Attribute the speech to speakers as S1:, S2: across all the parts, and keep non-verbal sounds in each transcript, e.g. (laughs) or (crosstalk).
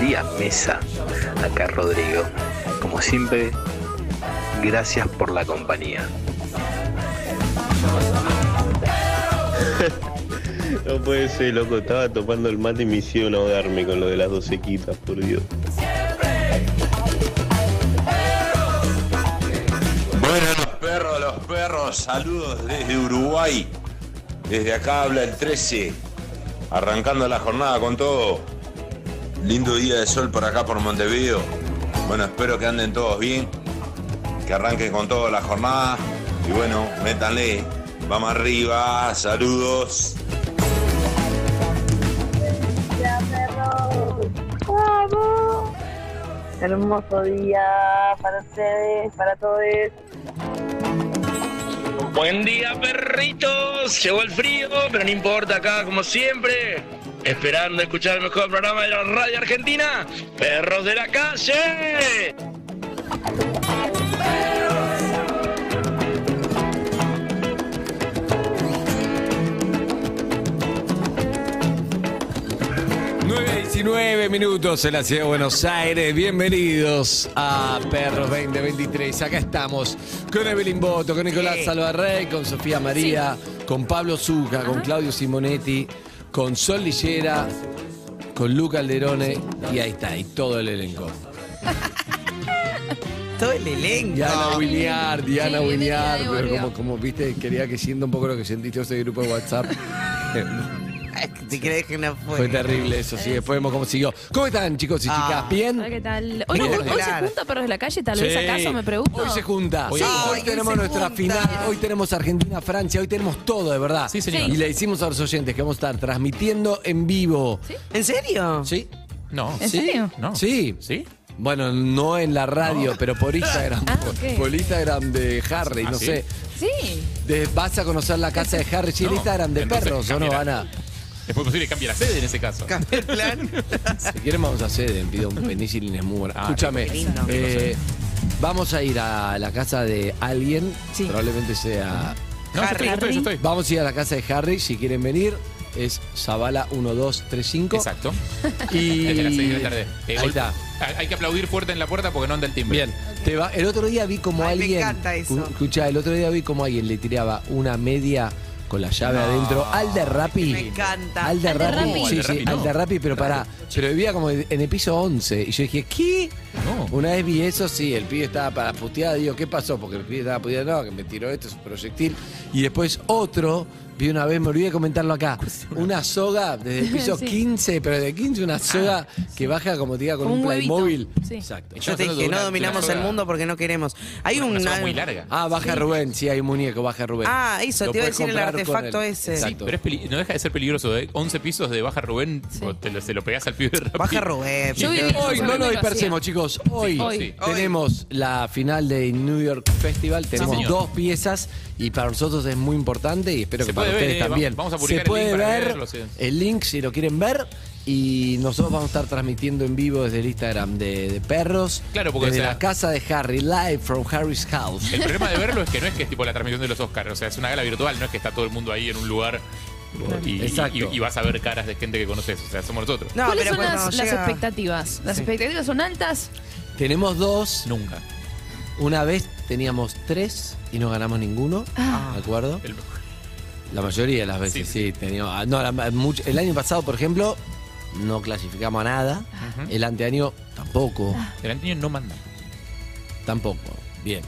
S1: Días Mesa, acá Rodrigo. Como siempre, gracias por la compañía.
S2: No puede ser, loco. Estaba topando el mate y me hicieron ahogarme con lo de las dos sequitas, por Dios.
S3: Bueno, los perros, los perros, saludos desde Uruguay. Desde acá habla el 13, arrancando la jornada con todo. Lindo día de sol por acá por Montevideo. Bueno, espero que anden todos bien, que arranquen con toda la jornada. Y bueno, métanle, vamos arriba, saludos.
S4: ¡Vamos! Hermoso día para ustedes, para todos.
S5: Buen día, perritos. Llegó el frío, pero no importa acá, como siempre. Esperando escuchar el mejor programa de la radio argentina, Perros de la Calle.
S6: Nueve y 19 minutos en la ciudad de Buenos Aires. Bienvenidos a Perros 2023. Acá estamos con Evelyn Boto, con Nicolás Salvarrey, con Sofía María, con Pablo Zuca, con Claudio Simonetti, con Sol Lillera, con Luca Alderone y ahí está, y todo el elenco.
S7: (laughs) Todo el elenco.
S6: Y Ana Winiard, y Ana
S8: Sí,
S6: Winiard,
S8: Winiard
S6: pero
S8: volvió.
S6: como, como viste, quería que sienta un poco lo que sentiste vos en el grupo de WhatsApp.
S7: Ay, Si crees que no fue.
S6: Fue terrible eso, sí, después vemos cómo siguió. ¿cómo están chicos y
S7: Ah.
S6: chicas? ¿Bien?
S8: Hola, ¿qué tal? Hoy, no-
S6: Bien.
S8: hoy- hoy se
S7: Claro.
S8: junta Perros de la Calle, tal vez
S6: Sí.
S8: acaso, me pregunto.
S6: Hoy se junta.
S7: Hoy
S6: Hoy,
S7: Sí, se junta. hoy
S6: tenemos
S7: se
S6: nuestra
S7: junta.
S6: final. Hoy tenemos Argentina-Francia. Hoy tenemos todo, de verdad.
S9: Sí, señor.
S6: Y le hicimos a los oyentes que vamos a estar transmitiendo en vivo.
S7: ¿En serio?
S6: ¿Sí?
S9: No.
S8: ¿En
S6: ¿Sí?
S8: serio?
S9: No.
S6: Sí.
S9: ¿Sí?
S6: Bueno, no en la radio, pero por Instagram.
S8: (laughs) Ah,
S6: por,
S8: ok.
S6: por Instagram de Harry,
S9: Ah,
S6: no
S9: ¿sí?
S6: sé.
S8: Sí.
S6: De- vas a conocer la casa de Harry. Sí, el
S9: No.
S6: Instagram de
S9: Entonces,
S6: perros, ¿o no,
S9: mira.
S6: Ana?
S9: Es muy posible que cambie la sede en ese caso.
S7: ¿Cambió el plan?
S6: Si quieren vamos a hacer en pido un penicilin es muy bueno.
S9: Ah,
S6: Escúchame.
S7: qué lindo.
S6: eh, vamos a ir a la casa de alguien.
S8: Sí.
S6: Probablemente sea
S9: No, yo estoy, yo estoy, yo estoy.
S6: Vamos a ir a la casa de Harry si quieren venir. Es Zavala 1235.
S9: Exacto.
S6: Y
S9: Desde las 6 de la tarde. Eh,
S6: Ahí
S9: gol-
S6: está.
S9: Hay- Hay que aplaudir fuerte en la puerta porque no anda el timbre.
S6: Bien. Te va- el otro día vi como
S7: Ay, me
S6: alguien.
S7: encanta eso.
S6: Cu- Escuchá, el otro día vi como alguien le tiraba una media con la llave adentro al de Rappi.
S7: Me encanta.
S6: Al de
S8: Al
S6: Rappi.
S8: Derrapi.
S6: Sí,
S9: Al
S6: sí,
S9: Derrapi, no.
S6: al de Rappi, pero para. Pero vivía como en el piso 11. Y yo dije, ¿qué?
S9: No.
S6: Una vez vi eso, sí, el pibe estaba para putear, digo, ¿qué pasó? Porque el pibe estaba puteando, no, que me tiró esto, es un proyectil. Y después otro, vi una vez, me olvidé de comentarlo acá, una soga desde el piso
S8: Sí.
S6: 15, pero de 15 una soga que baja como te diga con
S8: Como
S6: un,
S8: un huevito.
S6: Playmobil.
S8: Sí.
S6: Exacto.
S7: Yo te dije, no dominamos el mundo porque no queremos. Hay
S9: Una,
S7: un.
S9: soga muy larga.
S6: Ah, baja Rubén, sí, hay un muñeco, baja Rubén.
S7: Ah, eso,
S6: Lo
S7: te iba a
S6: podés
S7: decir el
S6: comprar con
S7: artefacto ese.
S9: Sí,
S6: Exacto.
S9: pero es peli- no deja de ser peligroso. ¿eh? 11 pisos de baja Rubén, o te lo- se lo pegás al pibe rápido.
S7: Baja Rubén.
S8: Yo viví
S6: Eh, Hoy
S8: Yo
S6: no
S8: lo
S6: nos
S8: hacía.
S6: dispersemos, chicos. Hoy,
S8: Hoy.
S9: Sí.
S6: tenemos la final de New York Festival. Tenemos
S9: señor.
S6: dos piezas y para nosotros es muy importante y espero
S9: Se
S6: que para
S9: puede ver,
S6: ustedes
S9: eh,
S6: también.
S9: vamos a
S6: Se
S9: publicar el
S6: puede
S9: link para
S6: ver
S9: verlo, sí.
S6: el link si lo quieren ver y nosotros vamos a estar transmitiendo en vivo desde el Instagram de, de Perros.
S9: Claro, porque,
S6: desde
S9: o sea-
S6: la casa de Harry, live from Harry's house.
S9: El problema de verlo es que no es que es tipo la transmisión de los Oscars, o sea, es una gala virtual, no es que está todo el mundo ahí en un lugar y, y-
S6: Exacto.
S9: y- y vas a ver caras de gente que conoces, o sea, somos nosotros.
S7: No,
S8: ¿Cuáles
S7: pero
S8: son
S7: cuando
S8: las, las
S7: llega-
S8: expectativas? ¿Las expectativas son altas?
S6: Tenemos dos.
S9: Nunca.
S6: Una vez teníamos tres y no ganamos ninguno.
S7: Ah.
S6: ¿De acuerdo?
S9: Ah. El-
S6: La mayoría de las veces, sí.
S9: Sí,
S6: teníamos- ah, no, la ma- much- el año pasado, por ejemplo, no clasificamos a nada. El anteaño tampoco.
S7: Ah.
S9: Este, el Antonio no manda.
S6: Tampoco. Bien.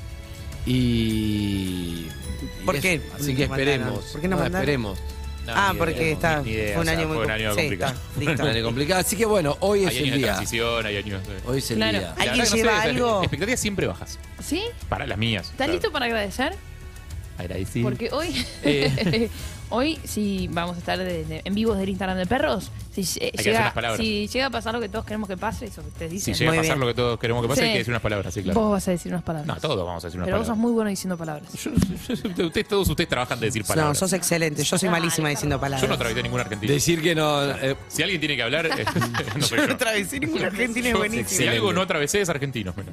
S6: Y. y
S7: ¿Por
S6: eso.
S7: qué?
S6: Así que
S7: No mandaron.
S6: esperemos.
S7: ¿Por qué no mandaron?
S6: esperemos.
S9: No,
S7: Ah,
S9: ni idea,
S7: porque
S9: ni-
S7: está.
S9: ni idea,
S7: fue un
S9: o sea,
S7: año muy
S9: fue un año
S7: sí,
S9: complicado.
S7: está,
S6: (laughs)
S7: listo.
S6: Dale, complicado. Así que bueno, hoy es
S9: Hay años
S6: el
S9: de
S6: día.
S9: transición, hay años de...
S6: Hoy es el
S8: Claro.
S6: día.
S9: La
S7: ¿Alguien
S9: verdad que
S7: lleva
S9: o sea,
S7: algo?
S9: Expectativas siempre bajas.
S8: ¿Sí?
S9: Para las mías.
S8: ¿Estás
S9: claro.
S8: listo para agradecer?
S9: Agradecido.
S8: Porque hoy,
S9: Eh.
S8: (laughs) hoy sí vamos a estar de- de- en vivos del Instagram de perros. Si, lle-
S9: que hacer
S8: llega,
S9: unas palabras.
S8: si llega a pasar lo que todos queremos que pase, eso que ustedes
S9: Si
S8: dicen.
S9: llega a pasar lo que todos queremos que pase,
S8: Sí.
S9: hay que decir unas palabras, sí,
S8: Vos
S9: claro.
S8: vas a decir unas palabras.
S9: No, todos vamos a decir unas
S8: Pero vos sos
S9: palabras.
S8: muy bueno diciendo palabras.
S9: (laughs) Ustedes, todos ustedes trabajan de decir
S7: No,
S9: palabras.
S7: sos excelente. Yo soy malísima diciendo
S9: yo no
S7: palabras.
S9: travesé ningún argentino.
S6: Decir que no.
S9: si alguien tiene que hablar, eh, (laughs) no soy yo.
S7: Yo no travesé ningún argentino es
S9: Yo,
S7: buenísimo.
S9: Si algo no atravesé es argentino. Bueno,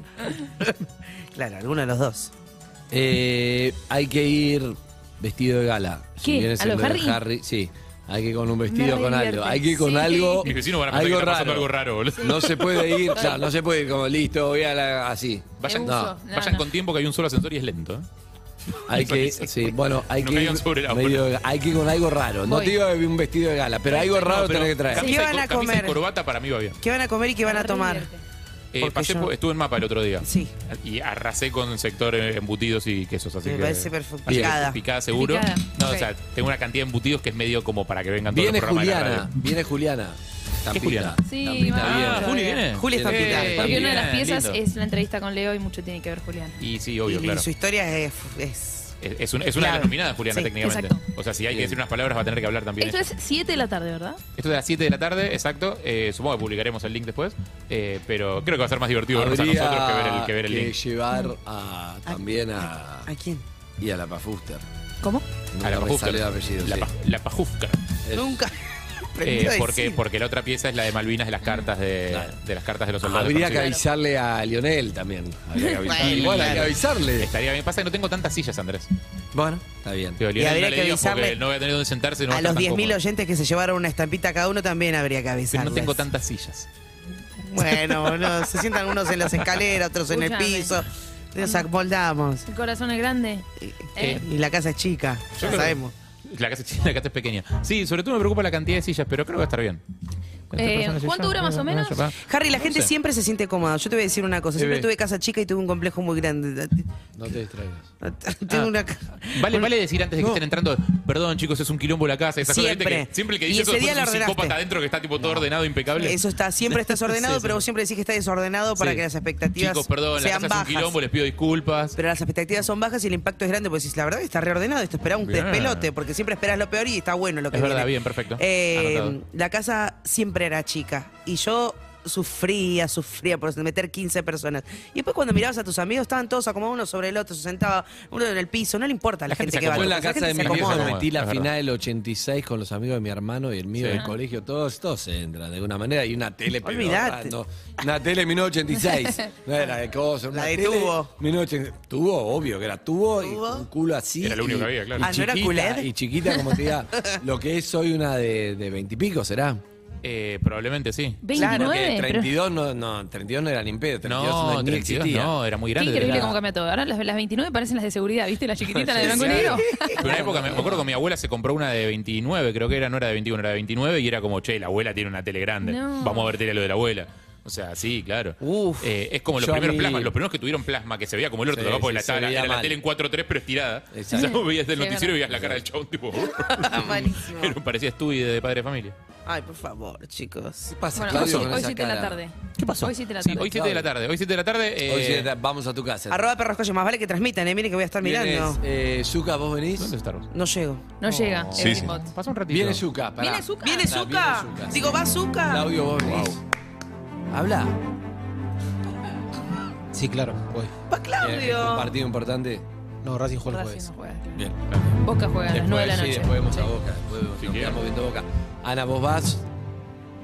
S7: Claro, alguno de los dos.
S6: Eh, hay que ir vestido de gala.
S8: ¿Qué?
S6: viene
S8: ¿A
S6: siendo
S8: lo
S6: de
S8: Harry?
S6: Sí. Hay que ir con un vestido
S8: Me
S6: con algo.
S8: revierte.
S6: Hay que ir con
S8: Sí.
S6: algo.
S9: Mis vecinos van a pensar que está pasando algo raro, boludo. (laughs)
S6: No se puede ir, claro, no se puede ir como listo, voy a la, así.
S9: vayan
S6: No.
S9: vayan con tiempo que hay un solo ascensor y es lento. ¿eh?
S6: Hay que, sí, bueno, hay
S9: No
S6: que
S9: caigan
S6: ir
S9: sobre la
S6: medio- hay que ir con algo raro. No
S8: Voy.
S6: te digo un vestido de gala, pero algo raro
S9: No, pero
S6: tenés que traer.
S9: camisa
S7: ¿Qué
S9: y
S7: van
S9: cor-
S7: a
S9: camisa y
S7: comer?
S9: corbata para mí va bien.
S7: ¿Qué van a comer y qué van a tomar?
S9: Eh,
S7: Porque
S9: pasé
S7: yo-
S9: por- estuve en mapa el otro día. Y arrasé con el sector eh, embutidos y quesos. Así
S7: Me
S9: que-
S7: parece perfecto.
S9: así que
S7: Picada.
S9: Picada seguro.
S8: Picada,
S9: No,
S8: ok.
S9: o sea, tengo una cantidad de embutidos que es medio como para que vengan todos
S6: Viene
S9: los programas de la
S6: Juliana,
S9: radio.
S6: viene Juliana. Tampita.
S9: Juliana?
S8: Sí,
S6: Tampita
S8: va.
S6: viene.
S9: Ah,
S8: Bien.
S9: Juli viene.
S7: Juli está
S9: Bien,
S7: picada.
S8: Porque una de las
S9: bien,
S8: piezas
S9: lindo.
S8: es la entrevista con Leo y mucho tiene que ver Julián.
S9: Y sí, obvio,
S7: y,
S9: claro.
S7: su historia es. es-
S9: Es, es un- es una de las
S7: Claro.
S9: nominadas, Juliana,
S7: Sí,
S9: técnicamente.
S8: exacto.
S9: O sea, si hay que decir unas palabras, va a tener que hablar también.
S8: Esto es 7 de la tarde, ¿verdad?
S9: Esto es a las 7 de la tarde, exacto. Eh, supongo que publicaremos el link después. Eh, pero creo que va a ser más divertido vernos a
S6: Habría
S9: nosotros que ver el, que ver el link.
S6: llevar a, también a,
S7: ¿A Mm. quién?
S6: y a la Pafuster.
S8: ¿Cómo?
S9: A la
S6: Nunca me
S9: Pajufka.
S6: sale el apellido,
S9: La,
S6: sí.
S9: pa- la Pajufka.
S7: Nunca.
S9: Eh,
S7: aprendí a
S9: porque,
S7: decir.
S9: porque la otra pieza es la de Malvinas de las cartas de,
S6: Claro.
S9: de las cartas de los soldados.
S6: Habría que
S9: Claro.
S6: avisarle a Lionel también. Habría que avisarle.
S9: Bueno,
S6: Igual hay que
S9: claro.
S6: avisarle.
S9: Estaría bien. Pasa que no tengo tantas sillas, Andrés.
S6: Bueno, está bien.
S9: Digo, Lionel,
S7: habría
S9: no le
S7: que
S9: digas porque
S7: avisarle
S9: no voy a tener donde sentarse. No va
S7: A
S9: estar
S7: los
S9: tan
S7: 10.000
S9: cómodo.
S7: oyentes que se llevaron una estampita cada uno también habría que
S9: Pero
S7: avisar.
S9: no tengo tantas sillas.
S7: Bueno, boludo, se sientan unos en las escaleras, otros en el
S8: Escúchame.
S7: piso. Nos acomodamos.
S8: El corazón es grande.
S9: Eh,
S7: Y la casa es chica,
S9: Yo
S7: ya
S9: creo-
S7: sabemos.
S9: La casa, (laughs) es- la casa es pequeña. Sí, sobre todo me preocupa la cantidad de sillas, pero creo que va a estar bien.
S8: Eh, ¿cuánto dura más o menos?
S7: Harry, la gente
S9: sé.
S7: siempre se siente cómoda. Yo te voy a decir una cosa. Siempre
S6: Bebé.
S7: tuve casa chica y tuve un complejo muy grande.
S6: No te distraigas.
S7: Tengo una ca-
S9: Vale, vale decir antes de que estén entrando, perdón chicos, es un quilombo la casa, esas cosas. ¿viste?
S7: Siempre.
S9: Que siempre el que
S7: Y
S9: dice eso
S7: ese día
S9: después es un
S7: la ordenaste.
S9: psicópata adentro que está tipo todo ordenado, e impecable.
S7: Eso está, siempre
S9: (laughs)
S7: estás ordenado, pero vos siempre decís que está desordenado para
S9: Sí.
S7: que las expectativas
S9: Chicos, perdón, la
S7: sean
S9: casa es un
S7: bajas.
S9: quilombo, les pido disculpas.
S7: Pero las expectativas son bajas y el impacto es grande, porque decís, la verdad que está reordenado, esto espera un
S9: Bien.
S7: despelote, porque siempre esperas lo peor y está bueno lo que
S9: Es verdad,
S7: viene.
S9: bien, perfecto.
S7: Eh,
S9: Anotado.
S7: la casa siempre era chica y yo sufría, sufría por meter 15 personas. Y después cuando mirabas a tus amigos, estaban todos acomodados uno sobre el otro, se sentaba uno en el piso, no le importa a la,
S9: La gente
S7: gente,
S9: se
S7: que va.
S9: acomoda.
S6: Yo en la
S7: La
S6: casa
S7: gente
S6: de
S7: se
S6: mi
S7: acomoda.
S6: viejo me metí la
S9: Es
S6: final
S9: verdad.
S6: del 86 con los amigos de mi hermano y el mío
S9: Sí.
S6: del colegio. Todos, todos se entran de alguna manera. Y una tele, pero
S7: Olvídate.
S6: no, Una tele 1986.
S7: (laughs)
S6: No era de cosa. una
S7: La de
S6: tele
S7: tubo.
S6: 1986. Tubo, obvio, que era tubo, y
S7: Tubo.
S6: un culo así.
S9: Era lo único
S6: y-
S9: que había, claro.
S6: Y
S7: Ah, ¿no era
S6: chiquita,
S7: culé?
S6: y chiquita, como te diga, lo que es hoy una de de 20 y pico, ¿será?
S9: Eh, probablemente sí.
S8: 29.
S6: Porque
S8: pero
S6: 32 no, no, 32 no era ni en pedo, 32 no,
S9: No,
S6: ni
S9: 32
S6: existía.
S9: no, era muy
S8: qué
S9: grande.
S8: increíble
S9: era-
S8: cómo cambia todo. Ahora las, las 29 parecen las de seguridad, ¿viste? La chiquitita, la de blanco y negro.
S9: Pero en una época, me, me acuerdo que mi abuela se compró una de 29, creo que era, no era de 21, era de 29, y era como, che, la abuela tiene una tele grande,
S8: No.
S9: vamos a ver tele lo de la abuela. O sea, sí, claro.
S6: Uf.
S9: Eh, es como los
S6: Yo a
S9: primeros
S6: mí-
S9: plasmas, los primeros que tuvieron plasma, que se veía como el orto,
S6: Sí,
S9: capaz, porque
S6: sí,
S9: la,
S6: se
S9: estaba la-
S6: veía
S9: era la
S6: mal.
S9: tele en 4.3 pero estirada.
S6: Exacto.
S9: O sea, vos (laughs) veías el
S8: Sí,
S9: noticiero y veías la cara del chabón
S6: (laughs)
S9: tipo...
S7: Malísimo.
S9: (laughs) Pero parecía estudio de padre de familia.
S7: Ay, por favor, chicos.
S6: ¿Qué pasa,
S8: Bueno, hoy,
S6: Claudio,
S8: sí-
S6: con
S8: hoy
S6: esa
S8: 7 de la
S6: cara?
S8: tarde.
S9: ¿Qué pasó?
S8: Hoy 7 de la
S9: Sí,
S8: tarde.
S9: hoy 7 de la tarde. Hoy 7 de la tarde... eh,
S6: Hoy sí, vamos a tu casa.
S7: Arroba perros Coyos, más vale que transmitan, eh, miren que voy a estar mirando.
S6: Vienes, eh, Zuka, ¿vos venís?
S9: ¿Dónde está Rosa?
S7: No llego.
S8: No llega.
S3: Sí,
S8: el
S3: sí.
S8: bot.
S9: Pasa un ratito.
S6: Viene Zuka, pará.
S8: ¿Viene Zuka?
S7: ¿Viene
S6: Pará,
S7: Zuka?
S6: viene Zuka, sí.
S7: Digo, ¿va Zuka?
S6: Claudio, ¿vos venís? Habla.
S10: Sí, claro, voy.
S7: ¡Va
S6: Eh, ¿es un
S7: Claudio!
S6: partido importante.
S10: No, Racing juega el
S8: Racing
S10: jueves.
S8: no juega.
S6: Bien.
S8: Boca juega a las 9 de la
S6: sí,
S8: noche.
S6: después vemos a Boca. Después nos
S9: quieren.
S6: quedamos viendo Boca. Ana, ¿vos vas?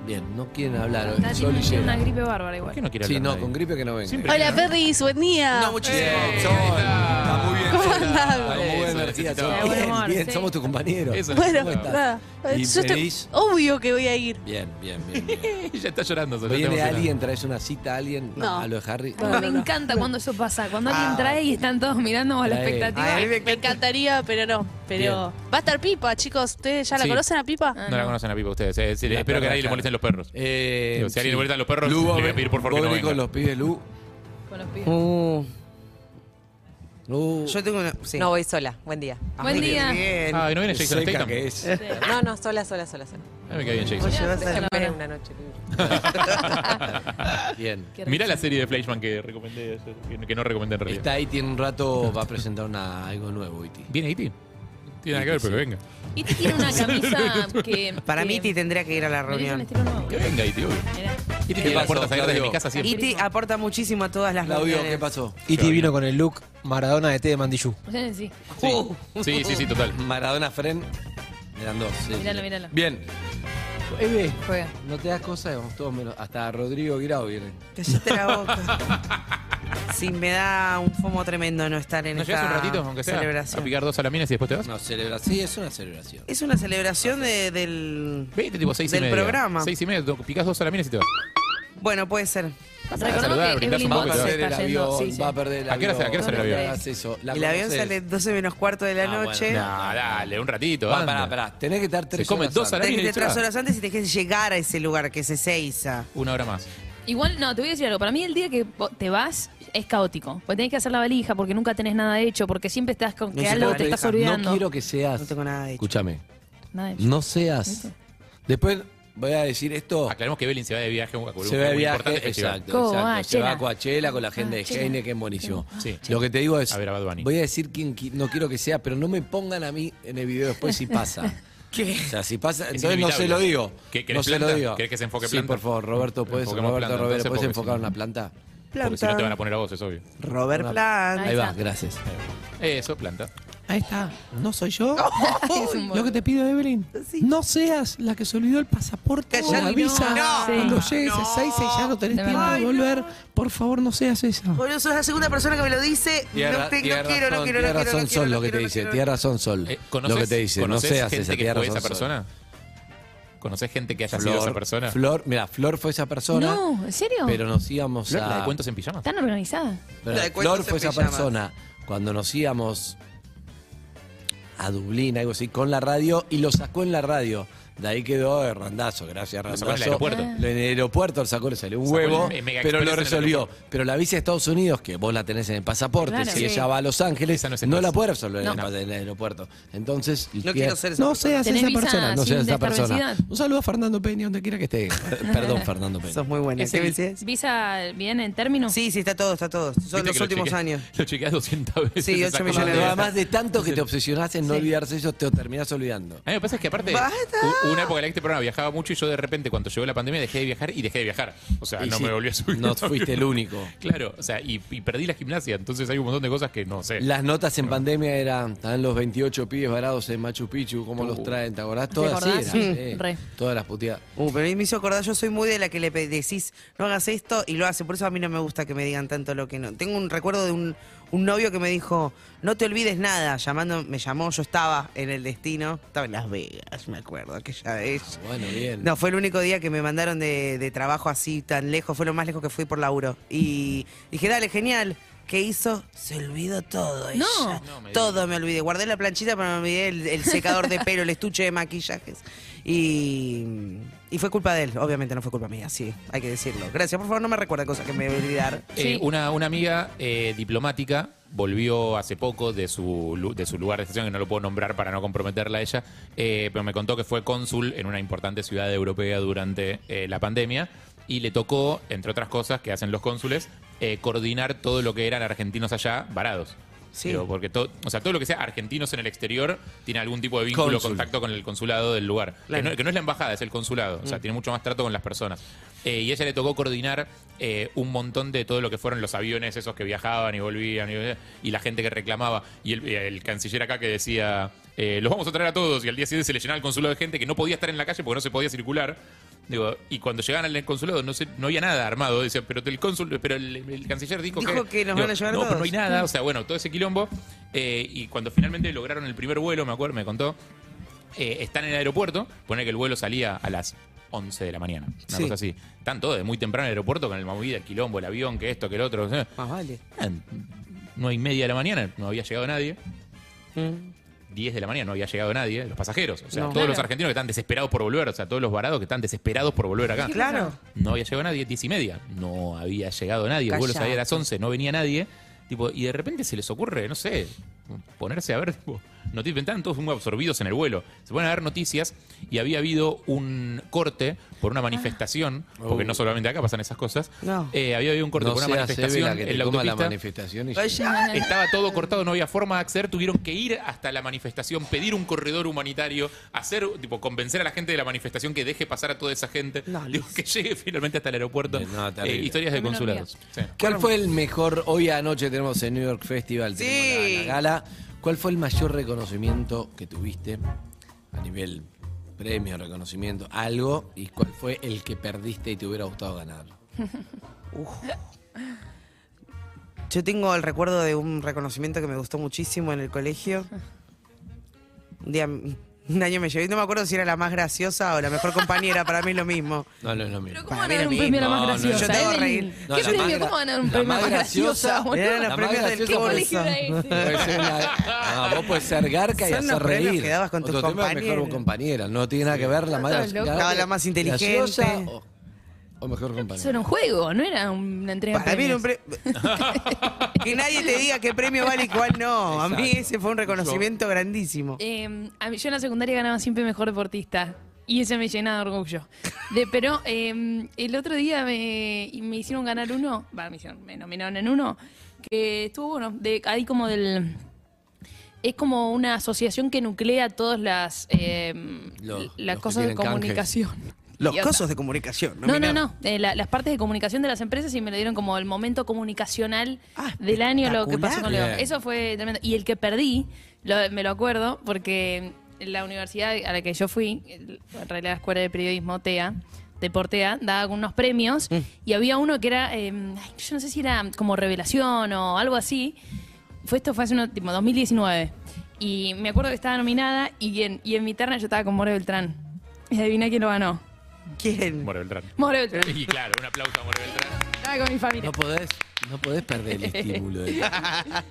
S6: Bien, no quieren hablar hoy.
S8: Está-
S6: Sol
S8: tiene
S6: y
S8: una
S6: llena.
S8: gripe bárbara
S9: ¿Por
S8: igual.
S9: qué no quiere
S6: Sí,
S9: hablar
S6: no,
S9: nadie?
S6: con gripe que no venga.
S9: Siempre
S11: Hola, Perris, buen día.
S8: Ah,
S7: No, muchísimo.
S9: Eh,
S6: Sol,
S9: ahí está.
S6: está muy bien.
S11: ¿Cómo
S6: Sol.
S11: andan?
S6: Con muy buena
S9: Eso
S6: energía, Sol.
S9: necesitaba.
S8: Buen humor,
S6: Bien, bien,
S8: sí.
S6: somos tus compañeros.
S9: Eso
S11: Bueno,
S6: ¿Cómo estás?
S11: nada.
S6: ¿Y
S11: Yo estoy
S6: feliz?
S11: obvio que voy a ir.
S6: Bien, bien,
S9: (laughs)
S6: bien. bien.
S9: (laughs) Ya está llorando. Sol, ya está
S6: ¿Viene
S9: emocionada.
S6: alguien? ¿Traes una cita a alguien?
S11: No.
S6: A lo de Harry.
S11: No,
S8: Me encanta cuando eso pasa. Cuando alguien
S7: Ah.
S8: trae y están todos mirando a la
S6: Trae.
S8: expectativa.
S7: Ay, a mí me
S11: Me
S7: encanta.
S11: encantaría, pero no. Pero va a estar Pipa, chicos. ¿Ustedes ya la
S9: Sí.
S11: conocen a Pipa?
S8: Ah,
S9: No la conocen a Pipa ustedes. eh, sí, espero
S6: La
S9: que
S6: perra
S9: a nadie le
S6: Jara.
S9: molesten los perros.
S6: Eh,
S9: Digo, si a alguien le molestan los perros,
S6: Lu,
S9: le
S6: vos
S9: voy a
S6: ven-
S9: pedir por favor que
S6: vos
S9: no
S6: venís
S9: venga.
S6: con los pibes, Lu.
S8: Con los pibes.
S7: Uh,
S6: Lu.
S7: yo tengo una. sí.
S12: voy sola. Buen día.
S7: Ah,
S8: Buen
S7: muy
S8: día.
S7: bien.
S9: Ah, ¿y no viene Jason
S6: seca
S9: Statham?
S6: que es.
S8: Sí.
S12: No, no, sola, sola, sola, sola.
S9: A mí Ah, me cae bien Jason.
S12: Voy a
S7: llevas a
S12: hacer
S7: la-
S12: una noche libre.
S6: Bien.
S12: Qué
S9: Mirá la serie de Fleischman que recomendé ayer, que- que no recomendé en realidad.
S6: Está ahí, tiene un rato, va a presentar una- algo nuevo, Iti.
S9: ¿Viene Iti? Tiene nada que ver, pero que venga.
S8: Y tiene una camisa que.
S7: Para mí,
S8: que
S7: Iti tendría que ir a la reunión.
S9: Que venga Iti, obvio. Iti tiene
S6: ¿Qué
S9: las
S6: pasó,
S9: puertas abiertas de
S6: Claudio?
S9: mi casa siempre.
S7: Iti aporta muchísimo a todas las
S6: Claudio,
S7: reuniones.
S6: ¿qué pasó?
S10: Iti vino con el look Maradona de T de Mandillú.
S8: Sí.
S9: Sí. sí, sí, sí, total.
S6: Maradona Fren, eran dos. sí.
S8: Míralo, míralo.
S6: Bien.
S9: Eh,
S6: Eve,
S8: Juega.
S6: no te das cosas, vamos todos menos. Hasta Rodrigo Guirao viene.
S7: Cállate la boca. Sí, me da un fomo tremendo no estar en
S9: ¿No
S7: esta
S9: llegas un ratito, aunque sea?
S7: celebración.
S9: ¿A picar dos a la mina y después te vas?
S6: No, celebración. Sí, es una celebración.
S7: Es una celebración de- del,
S9: Vete tipo seis y
S7: del
S9: media.
S7: programa.
S9: Seis y media, to- picás dos a la mina y te vas.
S7: Bueno, puede ser.
S9: a saludar, brindás un
S6: Va a
S9: poco y te vas.
S6: perder el avión, va a perder el
S9: ¿A qué hora
S6: avión.
S9: sale- a qué hora sale el avión?
S6: Hagas eso, la
S7: el avión
S6: conoces.
S7: sale 12 menos cuarto de la
S6: Ah, bueno,
S7: noche.
S9: No, dale, un ratito.
S6: Va,
S9: anda.
S6: pará, pará. Tenés que estar tres
S9: come
S6: horas
S9: dos a la
S6: antes.
S7: Tenés que
S9: mina y
S7: estar
S9: te vas.
S7: tres horas antes y tenés que llegar a ese lugar que es Ezeiza.
S9: Una hora más.
S8: Igual, no, te voy a decir algo. Para mí el día que vo- te vas es caótico. Porque tenés que hacer la valija, porque nunca tenés nada hecho, porque siempre estás con que
S6: Necesito
S8: algo te
S6: que
S8: estás
S6: dejas. No
S8: olvidando.
S6: quiero que seas.
S7: No tengo nada de hecho.
S6: Escúchame.
S8: Nada hecho.
S6: No seas. Después voy a decir esto.
S9: Aclaremos que Belin se va de viaje a un
S6: Oh. Se ve
S9: un
S6: viaje,
S9: importante festival.
S6: exacto,
S8: Coachella.
S6: exacto. Se va a Coachella con la gente de
S8: Coachella.
S6: Heine, que es buenísimo.
S9: Sí.
S6: Lo que te digo es,
S9: A ver, a Bad Bunny.
S6: voy a decir quién qui- no quiero que sea, pero no me pongan a mí en el video después si pasa.
S7: ¿Qué?
S6: O sea, si pasa,
S9: Es
S6: entonces no se
S9: inevitable.
S6: lo digo.
S9: ¿Qué- querés
S6: no se lo
S9: planta?
S6: digo.
S9: ¿Querés que se enfoque
S6: Sí,
S9: planta?
S6: por favor, Roberto, puedes,
S9: Enfoquemos
S6: Roberto,
S9: planta,
S6: Robert,
S9: entonces,
S6: ¿puedes
S9: porque si
S6: enfocar
S9: no-
S6: una planta?
S9: Porque si no te van
S7: Planta.
S9: a poner a vos, es obvio.
S7: Robert Plan.
S6: Ahí va, gracias.
S9: Eso, planta.
S10: Ahí está. No soy
S7: (laughs)
S10: yo. Lo que te pido, Evelyn, no seas la que se olvidó el pasaporte o
S7: Callate,
S10: la visa.
S7: no. Sí.
S10: Cuando llegues
S7: No.
S10: a Seiza y ya no tenés
S7: De
S10: tiempo
S7: verdad.
S10: de volver, por favor, no seas esa.
S7: Bueno, sos la segunda persona que me lo dice.
S6: Tienes
S7: no, te- no quiero,
S6: razón,
S7: no quiero, no
S6: tienes
S7: quiero,
S6: razón
S7: no quiero,
S6: Sol
S7: no
S6: lo que te
S7: quiero, no
S6: dice,
S7: quiero.
S6: tienes razón Sol.
S9: Eh,
S6: Lo que te dice, no
S9: conoces
S6: seas
S9: gente
S6: esa,
S9: que
S6: tienes
S9: fue
S6: razón
S9: esa
S6: Sol.
S9: persona? ¿Conoces gente que haya sido esa persona?
S6: Flor, Flor, mira, Flor fue esa persona.
S8: No, ¿en serio?
S6: Pero nos íbamos
S9: Flor,
S6: a.
S9: la de cuentos en pijama.
S8: ¿Tan organizada?
S6: Pero
S8: La de
S6: Flor
S8: cuentos en
S6: fue esa
S8: pijamas.
S6: persona cuando nos íbamos a Dublín, algo así, con la radio y lo sacó en la radio. De ahí quedó el randazo, gracias
S9: Lo
S6: randazo.
S9: sacó en el aeropuerto.
S6: Lo- En el aeropuerto lo sacó, le salió un
S9: Sacó el
S6: huevo,
S9: me- Mega
S6: pero lo
S9: Express en el
S6: resolvió. Pero la visa de Estados Unidos, que vos la tenés en el pasaporte,
S8: Claro.
S6: si
S8: Sí.
S6: ella va a Los Ángeles, no,
S9: es
S6: la
S9: express.
S6: puede resolver en,
S8: No.
S6: el, pa- en el aeropuerto. Entonces,
S7: No quiero ser esa
S10: No
S7: persona.
S10: seas
S8: Tenés
S10: esa
S8: visa
S10: persona.
S6: no
S8: sin
S6: seas esa persona.
S8: desperdicidad.
S10: Un saludo a Fernando Peña, donde quiera
S6: que esté. Perdón, Fernando Peña.
S7: Sos muy buena.
S9: Es
S7: ¿Qué
S9: el-
S7: me decías?
S8: ¿Visa bien en términos?
S7: Sí, sí, está todo, está todo.
S9: Viste
S7: Son
S9: que
S7: los
S9: lo
S7: últimos
S9: chequeé-
S7: años.
S9: (laughs) Lo chequeás 200 veces.
S7: Sí,
S9: se
S7: ocho
S9: sacó
S7: millones
S9: la
S7: de
S9: vida.
S7: veces.
S6: Además de tanto que te obsesionás en no olvidarse eso, te terminás olvidando.
S9: A mí me pasa es que aparte,
S7: Basta.
S9: hu- hubo una época en la que este programa viajaba mucho y yo de repente cuando llegó la pandemia dejé de viajar y dejé de viajar. O sea,
S6: Y
S9: no
S6: sí,
S9: me volvió a subir.
S6: No
S9: al avión.
S6: fuiste el único.
S9: (laughs) Claro, o sea, y, y perdí la gimnasia, entonces hay un montón de cosas que no sé.
S6: Las notas en pandemia eran, estaban los 28 pibes varados en Machu Picchu, ¿cómo los traen? ¿Te acordás? Todas así
S8: acordás?
S6: eran,
S8: Sí,
S6: eh,
S8: re.
S6: todas las puteadas.
S7: Uh, pero me hizo acordar, yo soy muy de la que le pe- decís, no hagas esto, y lo hace. Por eso a mí no me gusta que me digan tanto lo que no. Tengo un recuerdo de un, un novio que me dijo, no te olvides nada, llamando, me llamó, yo estaba en el destino, estaba en Las Vegas, me acuerdo, aquella vez.
S6: Ah, Bueno, bien.
S7: No, fue el único día que me mandaron de, de trabajo así tan lejos, fue lo más lejos que fui por laburo. Y dije, dale, genial. ¿Qué hizo? Se olvidó todo. ella.
S8: No.
S7: todo me olvidé. Guardé la planchita, pero me olvidé el, el secador de pelo, el estuche de maquillajes. Y, y fue culpa de él, obviamente no fue culpa mía, sí, hay que decirlo. Gracias, por favor, no me recuerda cosas que me voy a olvidar.
S9: Eh,
S8: Sí.
S9: una, una amiga eh, diplomática volvió hace poco de su, lu- de su lugar de estación, que no lo puedo nombrar para no comprometerla a ella, eh, pero me contó que fue cónsul en una importante ciudad europea durante eh, la pandemia y le tocó, entre otras cosas que hacen los cónsules, eh, coordinar todo lo que eran argentinos allá varados.
S7: Sí.
S9: Digo, porque todo, o sea, todo lo que sea argentinos en el exterior tiene algún tipo de vínculo,
S6: Cónsul.
S9: contacto con el consulado del lugar.
S7: Claro. Mm.
S9: Que, no, que no es la embajada, es el consulado. O sea, tiene mucho más trato con las personas. Eh, y a ella le tocó coordinar eh, un montón de todo lo que fueron los aviones esos que viajaban y volvían y, y la gente que reclamaba. Y el, el canciller acá que decía, eh, los vamos a traer a todos. Y al día siguiente se le llenaba el consulado de gente que no podía estar en la calle porque no se podía circular. Digo, y cuando llegaban al consulado no, se, no había nada armado. Decían, pero el cónsul, pero el, el canciller dijo,
S7: Dijo que nos
S9: Digo,
S7: van a llevar
S9: No, pero no
S7: todos". Mm.
S9: hay nada. O sea, bueno, todo ese quilombo. eh, y cuando finalmente lograron el primer vuelo, me acuerdo, me contó, eh, están en el aeropuerto, poner que el vuelo salía a las 11 de la mañana, una
S7: Sí.
S9: cosa así. Están todos de muy temprano en el aeropuerto con el movida, el quilombo, el avión, que esto, que el otro. eh.
S7: Más vale.
S9: Eran nueve y media de la mañana, no había llegado nadie. 10 de la mañana no había llegado nadie, los pasajeros. O sea,
S7: Mm. No.
S9: todos
S7: Claro.
S9: los argentinos que están desesperados por volver, o sea, todos los varados que están desesperados por volver acá.
S7: Claro.
S9: No había llegado nadie, 10 y media. No había llegado nadie. El vuelo
S7: Callate.
S9: salía a las 11, no venía nadie. Tipo, y de repente se les ocurre, no sé, ponerse a ver tipo, noticias, estaban todos muy absorbidos en el vuelo. Se ponen a ver noticias y había habido un corte por una manifestación, porque
S6: Oh.
S9: no solamente acá pasan esas cosas.
S6: No.
S9: Eh, había habido un corte
S6: No
S9: por una
S6: seas Eve la
S9: manifestación
S6: que te
S9: en la
S6: coma la
S9: autopista.
S6: manifestación y-
S7: Vaya.
S9: Estaba todo cortado, no había forma de acceder, tuvieron que ir hasta la manifestación, pedir un corredor humanitario, hacer, tipo, convencer a la gente de la manifestación que deje pasar a toda esa gente, digo, que llegue finalmente hasta el aeropuerto. Eh,
S6: terrible.
S9: historias de
S6: Menos
S9: consulados. Sí.
S6: ¿Cuál fue el mejor? Hoy anoche tenemos el New York Festival, tenemos la, la gala. ¿Cuál fue el mayor reconocimiento que tuviste a nivel premio, reconocimiento, algo? ¿Y cuál fue el que perdiste y te hubiera gustado ganar?
S7: Yo tengo el recuerdo de un reconocimiento que me gustó muchísimo en el colegio. Un día, un año me llevé, no me acuerdo si era la más graciosa o la mejor compañera, para mí es lo mismo.
S6: No, no es lo mismo.
S7: Para mí
S8: ganar
S7: es lo
S8: un
S7: mismo.
S8: premio a la más graciosa,
S7: Yo te hago
S8: Evelyn?
S7: reír.
S8: ¿Qué premio? ¿Cómo ganar un premio a la más graciosa, boludo?
S7: Eran los
S8: La más
S7: premios del
S8: graciosa, boludo.
S7: curso.
S8: ¿Qué colegio era
S6: Puede ser la- no, vos puedes ser garca y
S7: Son los
S6: hacer
S7: premios
S6: reír.
S7: que dabas con tus
S6: Otro tema es mejor
S7: compañeros.
S6: compañera. No tiene nada que ver la más
S8: loco. No,
S6: garca-
S8: la más
S6: graciosa
S8: inteligente.
S6: O, o mejor
S8: Eso
S6: compañera.
S8: era un juego, no era una entrega
S7: Para mí era
S8: de
S7: un Que nadie te diga qué premio vale y cuál no. A mí
S8: Exacto.
S7: ese fue un reconocimiento grandísimo.
S8: Eh, a mí- yo en la secundaria ganaba siempre mejor deportista. Y ese me llena de orgullo. De- pero eh, el otro día me, y me hicieron ganar uno, va, me, hicieron- me nominaron en uno, que estuvo bueno, de, ahí como del... Es como una asociación que nuclea todas las, eh,
S7: Los-
S8: las
S7: los que
S8: cosas de
S7: tienen canjes.
S8: comunicación.
S7: Los
S8: Idiota.
S7: cosos de comunicación.
S8: No, no, no. Eh, la- las partes de comunicación de las empresas y me lo dieron como el momento comunicacional del año, lo que pasó con León.
S7: Bien.
S8: Eso fue tremendo. Y el que perdí, lo- me lo acuerdo, porque la universidad a la que yo fui, el- en realidad la Escuela de Periodismo, TEA, Deportea, daba algunos premios y había uno que era, eh, ay, yo no sé si era como revelación o algo así. Fue esto, fue hace uno, tipo 2019. Y me acuerdo que estaba nominada y en, y en mi terna yo estaba con More Beltrán. Y adivina quién lo ganó.
S7: ¿Quién?
S9: More Beltrán.
S8: More Beltrán.
S9: Y claro, un aplauso a More Beltrán.
S8: Estaba con mi familia.
S6: No podés, no podés perder el estímulo.
S8: (laughs)
S6: De,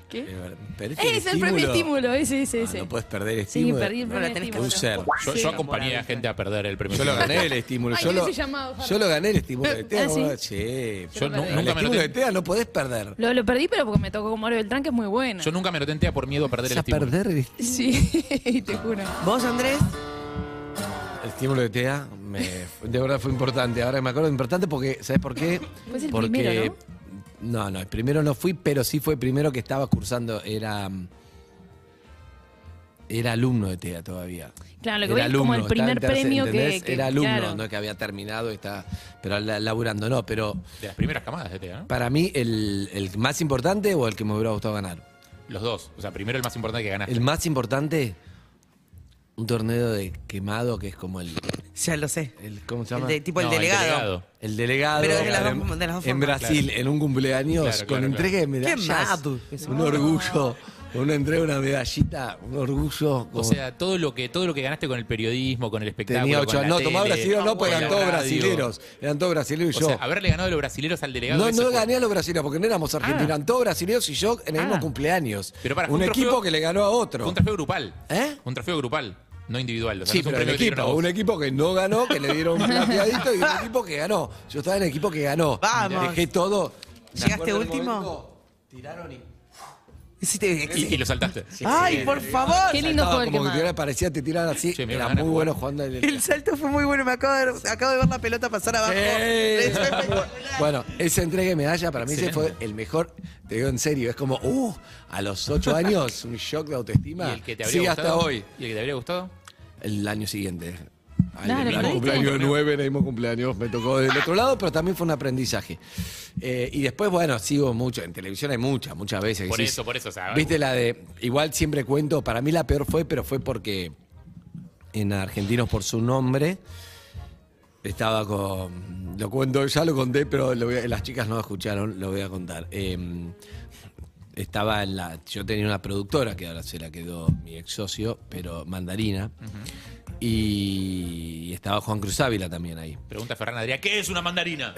S8: ¿Qué?
S6: de ver- perdés
S8: Es el premio estímulo, ese, ese, ese.
S6: Ah, No podés perder el
S8: Sí,
S6: estímulo.
S8: perdí el No, la premio tenés que estímulo. usar.
S9: Yo,
S8: Sí.
S9: yo acompañé a gente a perder el premio.
S6: Yo lo gané el estímulo.
S8: Ay,
S6: yo,
S8: ¿qué
S6: lo,
S8: hubiese llamado, Fabio?
S6: yo lo gané el estímulo de TEA.
S8: Ah, ¿sí?
S6: vos- sí.
S9: Yo nu-
S6: el
S9: nunca me
S6: estímulo
S9: noté.
S6: de TEA no podés perder.
S8: Lo, lo perdí, pero porque me tocó con Mario Beltrán, que es muy bueno.
S9: Yo nunca me lo tenté por miedo a perder el
S6: a
S9: estímulo.
S6: perder el,
S8: Sí, (laughs) te juro.
S7: ¿Vos, Andrés?
S6: el estímulo de TEA me- de verdad fue importante. Ahora me acuerdo importante porque, ¿sabés por qué?
S8: Fue el
S6: porque
S8: primero,
S6: ¿no? no, el primero no fui, pero sí fue el primero que estaba cursando. Era mm, era alumno de TEA todavía.
S8: Claro, lo que
S6: Era
S8: voy es como el
S6: alumno, estaba en
S8: primer
S6: tercer-
S8: premio que,
S6: ¿entendés?
S8: que-
S6: Era alumno,
S8: claro.
S6: no que había terminado, y estaba, pero la- laburando, no. Pero
S9: De las primeras camadas de TEA, ¿no?
S6: para mí, el, el más importante o el que me hubiera gustado ganar.
S9: Los dos. O sea, primero el más importante que ganaste.
S6: El más importante, un torneo de quemado que es como el.
S7: Ya lo sé.
S6: El, ¿Cómo se llama?
S7: El de- tipo el No, el delegado. delegado.
S6: El delegado.
S7: Pero de las dos-
S6: en-
S7: de las dos
S6: En
S7: formas.
S6: Brasil,
S7: Claro.
S6: en un cumpleaños,
S7: Claro,
S6: con
S7: claro,
S6: entrega de
S7: claro.
S6: medallas.
S7: Quemado.
S6: Un orgullo. Una entrega, una medallita, un orgullo.
S9: O
S6: como-
S9: sea, todo lo que todo lo que ganaste con el periodismo, con el espectáculo.
S6: tenía ocho
S9: con la
S6: años. No, tomaba
S9: tele,
S6: brasileños, no, pues
S9: con
S6: eran
S9: la
S6: todos
S9: radio.
S6: brasileros. Eran todos brasileños y
S9: O
S6: yo.
S9: sea, haberle ganado a los brasileros al delegado.
S6: no,
S9: ese
S6: no
S9: fue-
S6: gané a los brasileños porque no éramos argentinos,
S9: Ah.
S6: eran todos brasileños y yo en el
S9: Ah.
S6: mismo cumpleaños.
S9: Pero para, fue
S6: un
S9: un trofeo-
S6: equipo que le ganó a otro.
S9: Fue un trofeo grupal.
S6: ¿Eh?
S9: Un trofeo grupal, no individual. O sea,
S6: sí,
S9: no es un
S6: pero el
S9: premio que te dieron a
S6: equipo,
S9: vos.
S6: un equipo que no ganó, que le dieron
S9: (laughs)
S6: un plateadito y un equipo que ganó. Yo estaba en el equipo que ganó.
S7: Vamos.
S6: Dejé todo. Me
S7: ¿Llegaste
S6: acuerdo del momento-
S7: último?
S6: Tiraron y.
S9: Y, y lo saltaste.
S7: ¡Ay, por favor!
S6: Estaba como que tiraba, parecía te tiraban así.
S9: me
S6: Era
S9: van a
S6: muy
S9: jugar.
S6: bueno jugando en el.
S7: El salto fue muy bueno, me acabo de, acabo de ver la pelota pasar abajo. Eso es espectacular.
S6: Bueno, esa entrega de medalla para mí ese fue
S9: Excelente.
S6: el mejor, te digo en serio, es como, uh, a los ocho años, un shock
S9: (laughs)
S6: de
S9: ¿Y
S6: autoestima.
S9: el que te habría
S6: Sigue
S9: gustado?
S6: hasta hoy.
S9: ¿Y el que te habría gustado?
S6: El año siguiente. Al
S9: Claro, ¿lo
S6: del mismo
S9: viste?
S6: cumpleaños de nueve, en el mismo cumpleaños me tocó del otro lado, pero también fue un aprendizaje. Eh, y después, bueno, sigo mucho, en televisión hay muchas, muchas veces. que
S9: Por
S6: decís,
S9: eso, por eso. O sea,
S6: Viste la de. Igual siempre cuento, para mí la peor fue, pero fue porque en Argentinos por su nombre estaba con. Lo cuento, ya lo conté, pero lo voy a- las chicas no lo escucharon, lo voy a contar. Eh, estaba en la. Yo tenía una productora que ahora se la quedó mi ex socio, pero Mandarina. Y estaba Juan Cruz Ávila también ahí.
S9: Pregunta a Ferran Adrià, ¿qué es una
S6: (laughs)
S9: mandarina?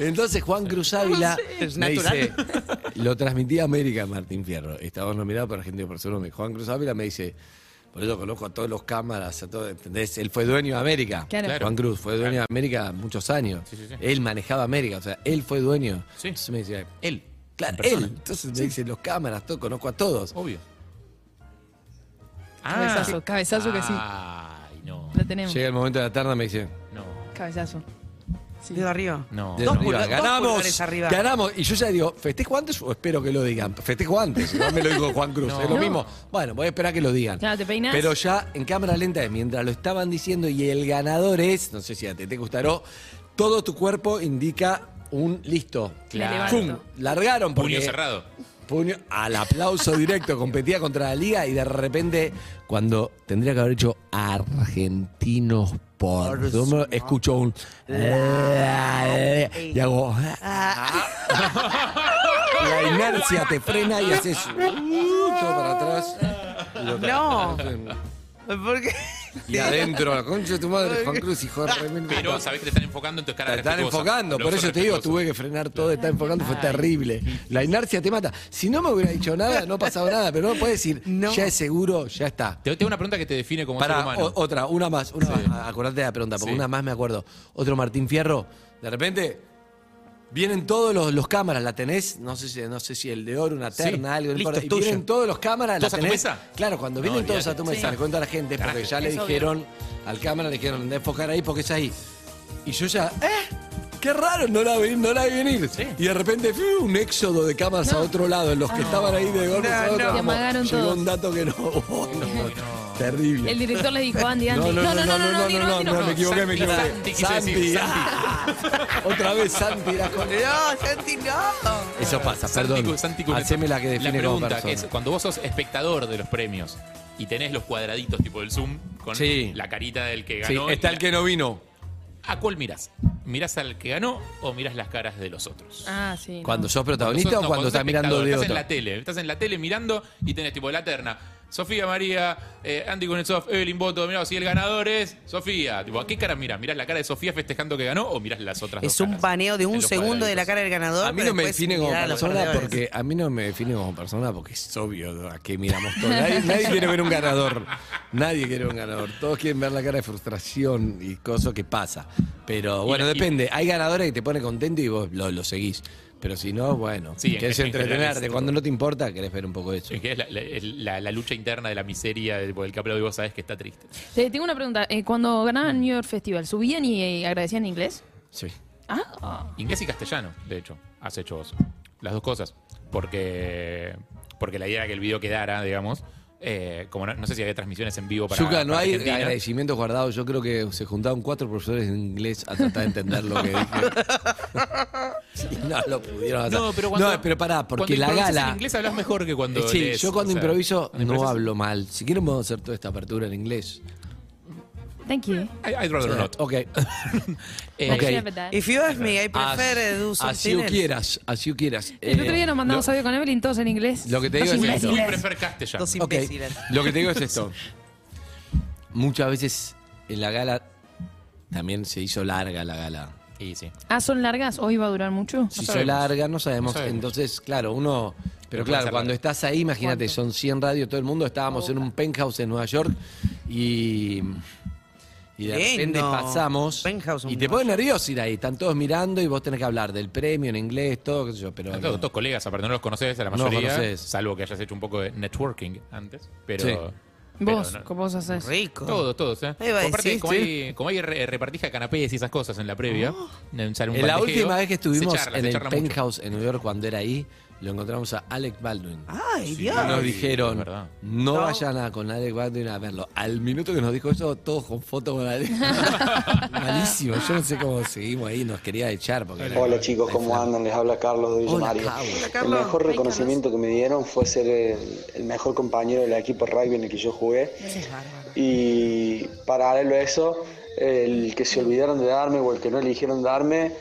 S6: Entonces Juan Cruz Ávila
S9: No sé.
S6: me dice,
S9: Natural.
S6: lo transmitía América Martín Fierro, estábamos nominados por Argentina por su nombre. Juan Cruz Ávila me dice, por eso conozco a todos los cámaras, a todos, ¿entendés? Él fue dueño de América.
S9: Claro. Claro.
S6: Juan Cruz fue dueño de América muchos años.
S9: Sí, sí, sí.
S6: Él manejaba América, o sea, él fue dueño. Entonces me dice,
S9: él.
S6: Claro,
S9: persona.
S6: él. Entonces me dice, los cámaras, todo, conozco a todos.
S9: Obvio.
S8: Cabezazo, cabezazo que sí.
S9: Ah. Ay, no.
S8: La tenemos.
S6: Llega el momento de la tarda, me dice.
S8: Cabezazo.
S7: Dedo arriba.
S9: No.
S6: de
S7: Dos pulga-
S6: arriba,
S7: dos
S6: ganamos,
S7: pulgares arriba.
S6: ganamos. Y yo ya digo, ¿festejo antes o espero que lo digan? Festejo antes, no me lo dijo Juan Cruz,
S9: No.
S6: es lo
S9: No.
S6: mismo. Bueno, voy a esperar que lo digan.
S8: Claro, te peinas.
S6: Pero ya en cámara lenta es mientras lo estaban diciendo y el ganador es, no sé si a te, te gustaró, todo tu cuerpo indica un listo.
S9: Claro.
S6: ¡Fum! Largaron porque
S9: Puño cerrado.
S6: puño al aplauso directo, competía contra la liga y de repente, cuando tendría que haber hecho argentinos por. Yo me- Escucho un. Y hago. ah, La inercia te frena y haces. uh, Todo para atrás. Y lo-
S7: No. ¿Por qué?
S6: Y adentro, la concha de tu madre, Juan Cruz, hijo de remil-
S9: Pero sabés que te están enfocando en tu cara
S6: Te están enfocando, por eso te digo, tuve que frenar todo, te están enfocando, fue terrible. La inercia te mata. Si no me hubiera dicho nada, no pasaba nada, pero no puedes decir, ya es seguro, ya está.
S9: Te tengo una pregunta que te define como
S6: Pará,
S9: ser humano.
S6: o- otra, una más, una más. Ah, Acordate de la pregunta, porque
S9: Sí.
S6: una más me acuerdo. Otro Martín Fierro, de repente vienen todos los, los cámaras, la tenés, no sé si, no sé si el de oro, una
S9: Sí.
S6: terna, algo, no
S9: Listo,
S6: importa.
S9: es
S6: Y
S9: tuyo.
S6: vienen todos los cámaras,
S9: ¿Todos
S6: la
S9: a tu
S6: tenés.
S9: mesa?
S6: Claro, cuando
S9: No,
S6: vienen todos a tu
S9: olvídate.
S6: mesa,
S9: Sí.
S6: le cuento a la gente, porque
S9: Carajo,
S6: ya le
S9: es obvio.
S6: dijeron al cámara, le dijeron, de enfocar ahí porque es ahí. Y yo ya, ¡eh! ¡Qué raro! No la vi, no la vi venir. Y de repente ¡fiu! un éxodo de cámaras a otro lado, en los que estaban ahí de golpe
S8: No,
S6: a otro.
S8: no. Te
S6: como,
S8: amagaron
S6: llegó
S8: todos.
S6: un dato que no. (laughs) Terrible.
S8: El director les
S6: (laughs)
S8: dijo, Andy, Andy.
S6: No, no, no, no, no,
S8: di
S6: no,
S8: di
S6: no, me equivoqué, me equivoqué.
S9: Santi, quise decir,
S6: ah. Otra vez Santi, la con...
S7: No, Santi, no.
S6: Eso pasa, perdón.
S9: Santi Cuneta.
S6: Haceme la que
S9: La
S6: define como
S9: pregunta
S6: persona.
S9: que es, cuando vos sos espectador de los premios y tenés los cuadraditos tipo del Zoom con
S6: Sí.
S9: la carita del que
S6: Sí,
S9: ganó.
S6: está
S9: y
S6: el
S9: la-
S6: que no vino.
S9: ¿A cuál mirás? ¿Mirás al que ganó o mirás las caras de los otros?
S8: Ah, sí. no.
S6: Cuando sos protagonista
S9: sos-
S6: o
S9: no,
S6: cuando
S9: sos
S6: estás mirando
S9: espectador,
S6: de
S9: estás
S6: otro.
S9: en la tele, estás en la tele mirando y tenés tipo la terna. Sofía María, eh, Andy Kunetsov, Evelyn Boto, mirá, si el ganador es Sofía. Tipo, ¿a qué cara mirás? ¿Mirás la cara de Sofía festejando que ganó o mirás las otras
S7: Es
S9: dos
S7: un
S9: caras?
S7: paneo de
S9: En
S7: un
S9: los
S7: segundo de la
S9: cuadraditos.
S7: cara del ganador.
S6: A mí
S7: pero
S6: no me
S7: después
S6: define como
S7: mirar a los
S6: persona
S7: perdedores.
S6: porque a mí no me define como persona porque es obvio a qué miramos todos. Nadie, nadie quiere ver un ganador. Nadie quiere un ganador. Todos quieren ver la cara de frustración y cosas que pasa. Pero bueno, depende. Hay ganadores que te pone contento y vos lo, lo seguís. Pero si no, bueno,
S9: Sí, en-
S6: querés
S9: en general
S6: entretenerte.
S9: es-
S6: Cuando no te importa, querés ver un poco de eso.
S9: Es que es la, la- es la- la lucha interna de la miseria de- por el que aplaudo y vos sabés que está triste.
S8: Te- tengo una pregunta. Eh, cuando
S6: Mm.
S8: ganaban New York Festival, ¿subían y eh, agradecían en inglés?
S6: Sí.
S8: Ah,
S9: Inglés y castellano, de hecho, has hecho vos. Las dos cosas. Porque, porque la idea era que el video quedara, digamos. eh, como no, no sé si había transmisiones en vivo para.
S6: Yuka, no
S9: para
S6: hay
S9: Argentina.
S6: agradecimientos guardados. Yo creo que se juntaron cuatro profesores de inglés a tratar de entender lo que
S9: (laughs)
S6: dije. Y no lo pudieron hacer.
S9: No, pero cuando-
S6: No, pero pará, porque
S9: cuando
S6: la
S9: improvisas
S6: gala. Eh,
S9: En inglés hablas mejor que cuando.
S6: sí,
S9: lees,
S6: yo cuando
S9: o sea,
S6: improviso
S9: cuando
S6: no
S9: improvisas-
S6: hablo mal. Si quieren podemos hacer toda esta apertura en inglés.
S8: thank you.
S9: I- I'd rather
S6: Sí, Oh,
S9: not.
S6: Ok.
S8: Eh,
S9: Eh,
S6: Ok.
S7: If you ask me, I prefer do
S6: Así o
S7: something else.
S6: quieras, así o quieras.
S8: El
S6: Eh,
S8: otro día nos mandamos
S6: lo-
S8: audio con Evelyn, todos en inglés.
S6: Lo que te digo
S8: Los
S6: es
S8: ingleses.
S6: esto.
S9: We prefer castellano.
S7: Dos
S6: Ok,
S7: imbéciles.
S6: Lo que te digo es esto. Muchas veces en la gala también se hizo larga la gala.
S9: Y sí.
S8: Ah, ¿son largas? ¿Hoy va a durar mucho?
S6: Si
S9: No
S6: se
S9: sabemos.
S6: larga, no sabemos.
S9: No sabemos.
S6: Entonces, claro, uno. Pero
S9: puede
S6: claro,
S9: ser
S6: cuando
S9: larga.
S6: estás ahí, imagínate,
S8: ¿Cuánto?
S6: son 100 radios, todo el mundo. Estábamos en un penthouse en Nueva York y. Y de
S7: Lindo.
S6: repente pasamos.
S7: Penthouse en
S6: Y te
S7: Nueva
S6: pone nervioso ir ahí. Están todos mirando y vos tenés que hablar del premio en inglés, todo, qué sé yo. Pero.
S9: Todos, todos colegas, aparte no los conoces a la
S6: No los
S9: mayoría,
S6: conocés.
S9: salvo que hayas hecho un poco de networking antes, pero...
S6: Sí.
S9: pero
S8: Vos,
S9: no-
S8: ¿cómo vos haces?
S7: Rico.
S9: Todos, todos, ¿eh?
S7: Ahí va a
S9: Aparte,
S7: decir,
S9: como,
S7: sí. Oh.
S9: hay, como hay re- repartija de canapés y esas cosas en la previa, en- sale un
S6: En la
S9: bandejeo,
S6: última vez que estuvimos
S9: se charla,
S6: en
S9: se
S6: el
S9: charla mucho.
S6: penthouse en Nueva York, cuando era ahí, lo encontramos a Alec Baldwin.
S7: Ay,
S9: Sí.
S7: Dios.
S9: Ah,
S6: nos
S9: sí, es
S6: dijeron,
S9: verdad.
S6: no, vayan a con Alec Baldwin a verlo. Al minuto que nos dijo eso, todos con foto con Alec. Malísimo, yo no sé cómo seguimos ahí, nos quería echar. Porque
S12: Hola chicos, ¿cómo andan? Les habla Carlos de Villa
S6: Hola,
S12: María.
S6: Carlos. Hola,
S12: El
S7: Carlos.
S12: mejor
S7: Ay,
S12: reconocimiento que me dieron fue ser el, el mejor compañero del equipo rugby en el que yo jugué. Y paralelo a eso, el que se olvidaron de darme o el que no eligieron darme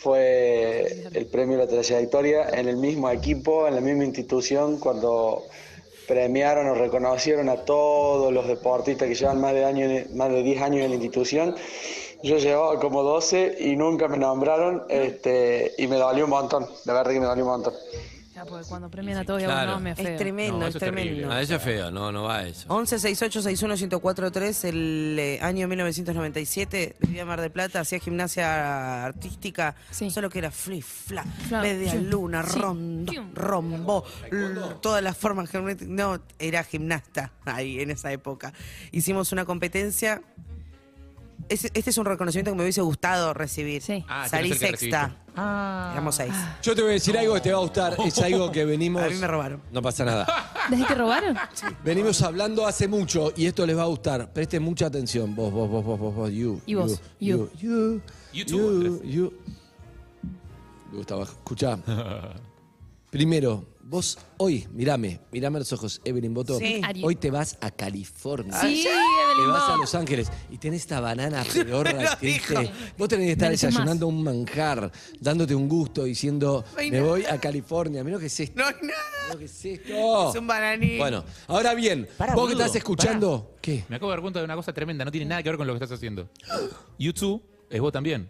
S12: fue el premio de la trayectoria en el mismo equipo, en la misma institución, cuando premiaron o reconocieron a todos los deportistas que llevan más de, año, más de 10 años en la institución. Yo llevaba como 12 y nunca me nombraron este, y me dolió un montón, la verdad que me dolió un montón.
S8: Ya, porque cuando premian a todos y a
S13: Claro.
S8: uno me
S13: Es
S8: feo.
S7: tremendo, es tremendo.
S6: Ah,
S13: No, Ah, eso es feo, no, no va eso.
S7: 1168611043, el eh, año 1997, vivía en Mar del Plata, hacía gimnasia artística, solo que era flip, fla,
S4: Fla,
S7: media
S4: sí,
S7: luna,
S4: sí,
S7: rondo,
S4: sí.
S7: rombo, l- todas las formas geométricas. No, era gimnasta ahí en esa época. Hicimos una competencia. Ese- Este es un reconocimiento que me hubiese gustado recibir.
S6: Ah,
S7: Salí
S6: tiene que ser que
S7: sexta. Éramos seis.
S6: Yo te voy a decir algo que te va a gustar. Es algo que venimos.
S7: A mí me robaron.
S6: No
S7: (laughs)
S6: pasa nada.
S8: ¿Desde que robaron?
S6: Venimos hablando hace mucho y esto les va a gustar. Presten mucha atención. Vos, vos, vos, vos, vos, vos, you.
S8: Y vos,
S6: You. You. You.
S9: tú,
S6: you, you. Me gusta abajo.
S7: (laughs)
S6: Escuchá. Primero, vos hoy, mirame, mirame a los ojos, Evelyn Boto.
S8: Sí.
S6: Hoy te vas a California.
S8: Sí,
S6: Te
S8: Evelyn
S6: vas a
S8: Boto.
S6: Los Ángeles y tenés
S7: (laughs)
S6: esta banana pedorra que
S8: dijo.
S6: te- Vos tenés que estar
S8: Mereces más.
S6: desayunando un manjar, dándote un gusto, diciendo,
S7: No hay
S6: me
S7: nada.
S6: voy a California. Mirá lo que es esto.
S7: No hay nada.
S6: ¿Qué es esto?
S7: Es un bananín.
S6: Bueno, ahora bien, vos que
S9: boludo,
S6: estás escuchando. ¿Qué?
S9: Me acabo de dar cuenta de una cosa tremenda, no tiene nada que ver con lo que estás haciendo. YouTube es vos también.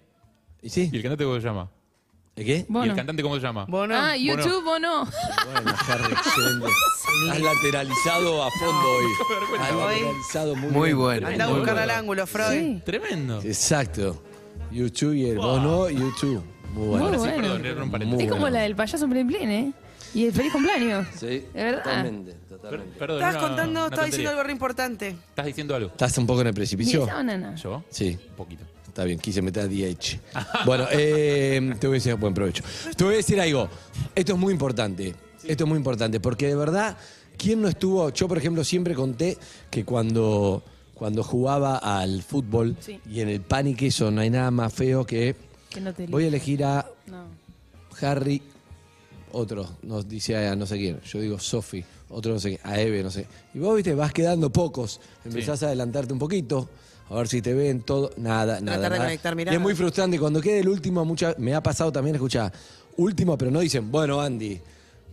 S6: ¿Y sí?
S9: ¿Y el cantante cómo se llama?
S6: ¿El qué?
S9: ¿Y
S8: Bono.
S9: el cantante cómo se llama?
S8: Ah,
S9: Bono.
S8: YouTube o no.
S6: Bueno, Harry, excelente. Has lateralizado a
S8: Ah,
S6: fondo hoy. Has
S7: Hoy-
S6: lateralizado muy,
S13: Muy
S6: bien.
S13: bueno.
S7: Andá a
S6: Muy
S7: buscar
S6: bueno.
S7: al ángulo, Freud.
S9: Tremendo.
S6: Exacto. YouTube y el bono, YouTube. Muy bueno.
S8: Muy bueno. es como la del payaso en Plin Plin, ¿eh? Y el feliz cumpleaños.
S6: Sí,
S8: de verdad.
S6: totalmente, totalmente.
S9: Perdón,
S7: Estabas
S9: una-
S7: contando,
S9: una
S7: estaba diciendo
S9: tontería.
S7: algo re importante.
S9: Estás diciendo algo.
S6: ¿Estás un poco en el precipicio?
S8: Mira esa banana.
S9: ¿Yo?
S6: Sí.
S9: Un poquito.
S6: Está bien, quise meter a DH. Bueno, eh, te voy a decir buen provecho. Te voy a decir algo. Esto es muy importante. Esto es muy importante. Porque de verdad, ¿quién no estuvo? Yo, por ejemplo, siempre conté que cuando, cuando jugaba al fútbol
S8: Sí.
S6: y en el pan y queso no hay nada más feo que.
S8: Que no te
S6: Voy a elegir a
S8: No.
S6: Harry, otro, nos dice a no sé quién. Yo digo Sofi, otro no sé qué, a Eve, no sé. Y vos, viste, vas quedando pocos. Empezás a adelantarte un poquito, a ver si te ven todo. Nada, nada.
S7: de
S6: nada.
S7: conectar
S6: Y
S7: miradas.
S6: es muy frustrante. Cuando quede el último, mucha, me ha pasado también, escuchá, último, pero no dicen, bueno, Andy.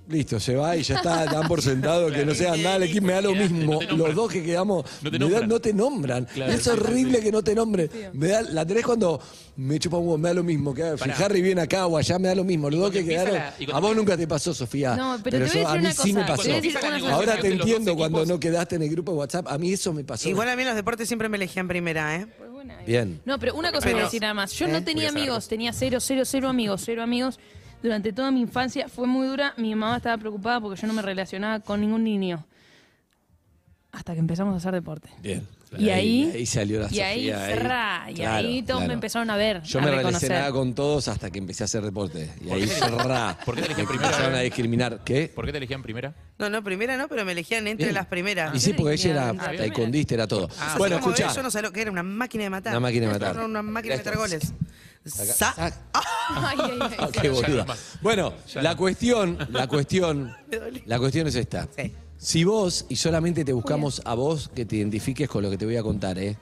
S6: Listo, se va y
S7: (laughs)
S6: ya está, dan por sentado que no sea nada, el equipo me da lo mismo. Los dos que quedamos,
S9: No te
S6: me da-
S9: nombran.
S6: no te nombran.
S9: Claro,
S6: es
S9: sí,
S6: horrible que no te nombren. Me da- la tenés cuando me chupa un huevo, me da lo mismo. Que, si
S9: Pará.
S6: Harry viene acá o allá, me da lo mismo. Los dos que
S9: empieza
S6: quedaron.
S9: la- y cuando
S6: a vos nunca te pasó, Sofía.
S8: No, pero te voy a
S6: eso
S8: decir
S6: mí
S8: una
S6: sí
S8: cosa,
S6: me
S8: te voy
S6: pasó.
S8: a decir una cosa.
S6: Ahora te
S8: Negociación de los
S6: entiendo
S8: dos
S6: cuando
S8: equipos.
S6: no quedaste en el grupo de WhatsApp. A mí eso me pasó.
S7: Igual a mí en los deportes siempre me elegían primera, ¿eh?
S8: Pues
S6: Bien.
S8: No, pero una cosa
S7: Pero-
S8: voy a decir nada más. Yo
S7: ¿Eh?
S8: no
S7: Voy
S8: tenía
S7: a saber.
S8: amigos, tenía cero, cero, cero amigos, cero amigos. Durante toda mi infancia fue muy dura. Mi mamá estaba preocupada porque yo no me relacionaba con ningún niño. Hasta que empezamos a hacer deporte.
S6: Bien.
S8: Y ahí-
S6: ahí salió la
S8: y ahí,
S6: Sofía,
S8: fra, y
S6: Claro,
S8: ahí todos
S6: claro.
S8: me empezaron a ver,
S6: Yo
S8: a
S6: me
S8: reconocer.
S6: relacionaba con todos hasta que empecé a hacer deporte. Y
S9: ¿Por
S6: ahí
S9: qué?
S6: cerrá.
S9: (laughs) ¿Por qué te elegían
S6: Me
S9: primera?
S6: empezaron a discriminar. ¿Qué?
S9: ¿Por qué te elegían primera?
S7: No, no, primera no, pero me elegían entre
S6: Bien.
S7: las primeras. Ah,
S6: Y sí, porque ella era taekwondista, era todo.
S7: Así
S6: bueno,
S7: como
S6: escuchá.
S7: ves, Yo no sabía lo que era una máquina de matar.
S6: Una máquina de
S7: Esto
S6: matar.
S7: Era una máquina de
S6: Esto.
S7: meter goles. Sa-
S8: (laughs) Ay, ay,
S7: (laughs)
S8: ay.
S6: Ah, (laughs) qué boluda. Bueno, la cuestión,
S7: (laughs)
S6: la cuestión, la cuestión es esta. Si vos, y solamente te buscamos a vos que te identifiques con lo que te voy a contar, ¿eh?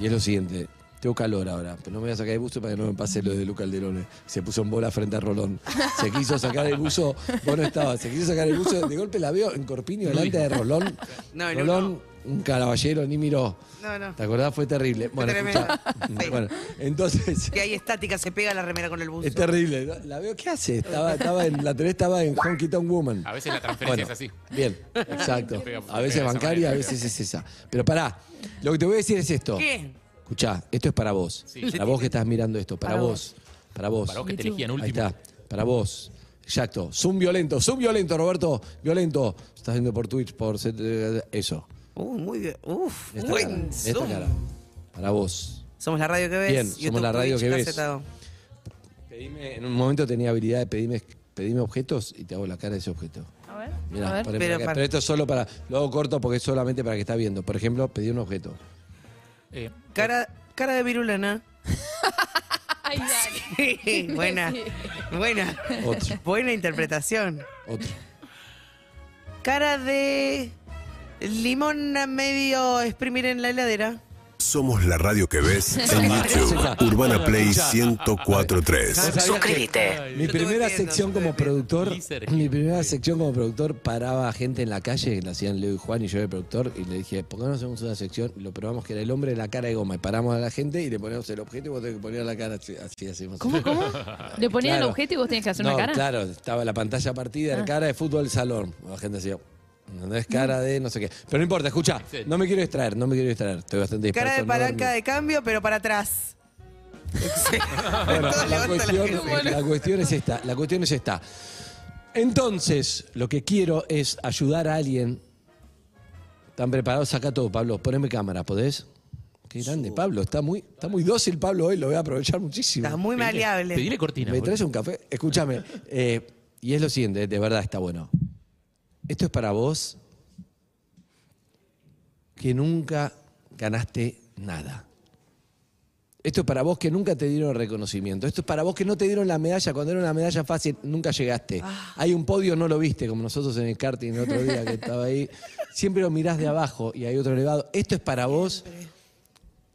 S6: Y es lo siguiente. Tengo calor ahora, pero no me voy a sacar el buzo para que no me pase lo de Luca Alderone. Se puso en bola frente a Rolón. Se quiso sacar el buzo, vos no estabas, se quiso sacar el buzo. De golpe la veo en Corpiño delante de Rolón.
S7: No, no,
S6: Rolón, un caballero, ni miró.
S7: No, no.
S6: ¿Te acordás? Fue terrible. Bueno,
S7: tremendo.
S6: escuchá. bueno entonces...
S7: Que hay estática, se pega la remera con el buzo.
S6: Es terrible. ¿no? La veo, ¿qué hace? Estaba, estaba en, la tele estaba en Honky Tonk Woman.
S7: (laughs)
S9: A veces la transferencia
S6: Bueno,
S9: es así.
S6: Bien, exacto.
S9: Pega-
S6: A
S9: pega
S6: veces
S9: esa
S6: bancaria,
S9: manera.
S6: a veces es esa. Pero pará, lo que te voy a decir es esto.
S7: ¿Qué?
S6: Escuchá, esto es para vos. Para vos que estás mirando esto, para,
S9: Para
S6: vos. Para vos.
S9: Para vos que te elegían
S6: Ahí
S9: último.
S6: está, para vos. Exacto. Zoom violento, zoom violento, Roberto. Violento. Estás viendo por Twitch, por... set- eh, Eso.
S7: Uh, muy bien. Uf,
S6: Esta cara,
S7: buen
S6: esta
S7: zoom.
S6: cara. Para vos.
S7: Somos la radio que ves.
S6: Bien, somos
S7: YouTube,
S6: la radio
S7: Twitch,
S6: que ves.
S7: Casetado.
S6: En un momento tenía habilidad de pedirme, pedirme objetos y te hago la cara de ese objeto.
S8: A ver,
S6: Mirá,
S8: a ver.
S6: pará, pará, pero esto es solo para. Lo hago corto porque es solamente para que está viendo. Por ejemplo, pedí un objeto.
S9: Eh,
S7: Cara, cara de virulana.
S8: (laughs) Ay, dale.
S7: Sí, buena. Buena.
S6: Otro.
S7: Buena interpretación.
S6: Otro.
S7: Cara de limón a medio exprimir en la heladera.
S3: Somos la radio
S7: (laughs)
S3: que ves en YouTube. Urbana Play 1043.
S14: Suscríbete.
S6: Mi primera sección como productor, mi primera sección como productor paraba gente en la calle, que la hacían Leo y Juan y yo de productor, y le dije, ¿por qué no hacemos una sección? Y lo probamos que era el hombre de la cara de goma. Y paramos a la gente y le ponemos el objeto y vos tenés que poner la cara así, así hacemos.
S8: ¿Cómo, cómo? Le ponían
S6: Claro.
S8: el objeto y vos tenías que hacer
S6: No,
S8: una cara.
S6: Claro, estaba la pantalla partida,
S8: Ah.
S6: la cara de fútbol salón. La gente hacía. No es cara de no sé qué. Pero no importa, escucha. No me quiero distraer, no me quiero distraer. Estoy bastante disperso.
S15: Cara de
S6: no
S15: palanca
S6: dormí.
S15: de cambio, pero para atrás. (laughs)
S6: Ahora, la, cuestión,
S15: gente.
S6: la cuestión es esta. La cuestión es esta. Entonces, lo que quiero es ayudar a alguien. ¿Están preparados? Saca todo, Pablo. Poneme cámara, ¿podés? Qué grande, Pablo. Está muy, está muy dócil, Pablo, hoy. Lo voy a aprovechar muchísimo. Está
S15: muy Pedile- maleable. pedile cortina,
S6: ¿Me
S15: boludo.
S6: traes un café? Escúchame. eh, y es lo siguiente, de verdad está bueno. Esto es para vos que nunca ganaste nada. Esto es para vos que nunca te dieron reconocimiento. Esto es para vos que no te dieron la medalla. Cuando era una medalla fácil, nunca llegaste.
S16: Ah.
S6: Hay un podio, no lo viste, como nosotros en el karting el otro día que estaba ahí. Siempre lo mirás de abajo y hay otro elevado. Esto es para vos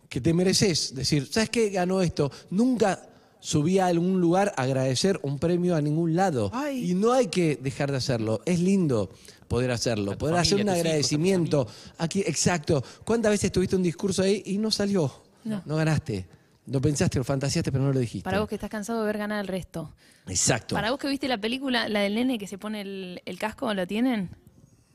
S6: que te mereces. Decir, ¿sabes qué ganó esto? Nunca subí a algún lugar a agradecer un premio a ningún lado. Y no hay que dejar de hacerlo. Es lindo poder hacerlo, poder
S16: familia,
S6: hacer un
S16: a tus hijos, a tus
S6: agradecimiento. Aquí, exacto. ¿Cuántas veces tuviste un discurso ahí y no salió?
S8: No.
S6: No, ganaste. Lo pensaste, lo fantaseaste, pero no lo dijiste.
S8: Para vos que estás cansado de ver ganar al resto.
S6: Exacto.
S8: Para vos que viste la película, la del nene que se pone el, el casco, ¿lo tienen?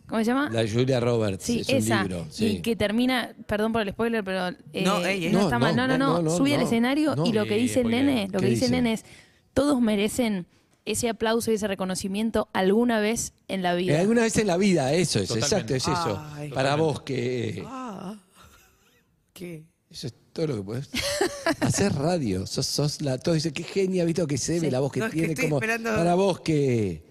S8: ¿Cómo se llama?
S6: La de Julia Roberts.
S8: Sí,
S6: es
S8: esa.
S6: un libro.
S8: Y
S6: sí.
S8: que termina, perdón por el spoiler, pero eh,
S6: No,
S8: no,
S6: ey, ey.
S8: está
S6: No,
S8: mal. No,
S6: no,
S8: no, no.
S6: no, no,
S8: Sube al
S6: no.
S8: escenario
S6: No.
S8: y lo que
S6: Sí,
S8: dice el
S6: spoiler.
S8: nene, lo
S6: ¿Qué
S8: que dice el
S6: dice?
S8: nene es, todos merecen ese aplauso y ese reconocimiento alguna vez en la vida.
S6: Eh, alguna vez en la vida, eso es,
S8: Totalmente.
S6: exacto, es eso.
S8: Ay.
S6: Para
S8: Totalmente.
S6: vos que.
S15: Ah. ¿Qué?
S6: Eso es todo lo que podés. Hacer radio. Sos, sos la. Todos dicen, qué genia, visto que se ve
S15: Sí.
S6: la voz que
S15: No, es que
S6: tiene.
S15: estoy
S6: como,
S15: esperando-
S6: Para vos que.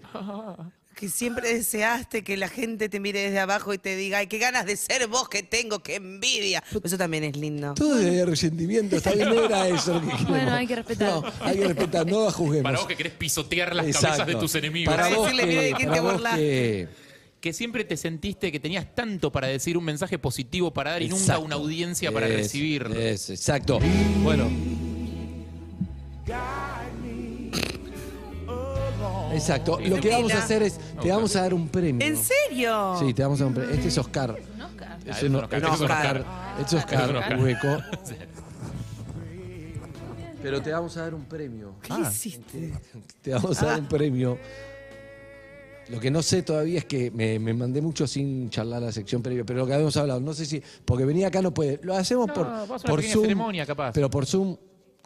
S15: Que siempre deseaste que la gente te mire desde abajo y te diga, ay, qué ganas de ser vos que tengo, qué envidia. Eso también es lindo.
S6: Todo es de resentimiento, está bien, no era eso lo que queríamos.
S15: Bueno, hay que respetar.
S6: No, hay que respetar, no juzguemos.
S9: Para vos que querés pisotear las
S6: Exacto.
S9: cabezas de tus enemigos.
S6: Para Para vos decirle, que- "Mira de quién para te vos burlaste". que-
S9: Que siempre te sentiste que tenías tanto para decir un mensaje positivo para dar y nunca
S6: Exacto.
S9: una audiencia para
S6: Es- eh,
S9: recibirlo.
S6: es, exacto. Bueno. Exacto. Lo que vamos a hacer es, te vamos a dar un premio.
S15: ¿En serio?
S6: Sí, te vamos a dar un premio. Este es Oscar. Es un Oscar. Este
S15: es un Oscar.
S6: Es un
S15: Es un
S6: Oscar
S15: Oscar.
S6: hueco. Pero te vamos a dar un premio.
S15: ¿Qué hiciste?
S6: Te vamos a dar
S9: Ah.
S6: un premio. Lo que no sé todavía es que me, me mandé mucho sin charlar la sección previa, pero lo que habíamos hablado, no sé si, porque venía acá no puede. Lo hacemos
S9: No, vamos Ah, a
S6: por,
S9: una
S6: por
S9: pequeña
S6: Zoom.
S9: ceremonia, capaz.
S6: Pero por Zoom,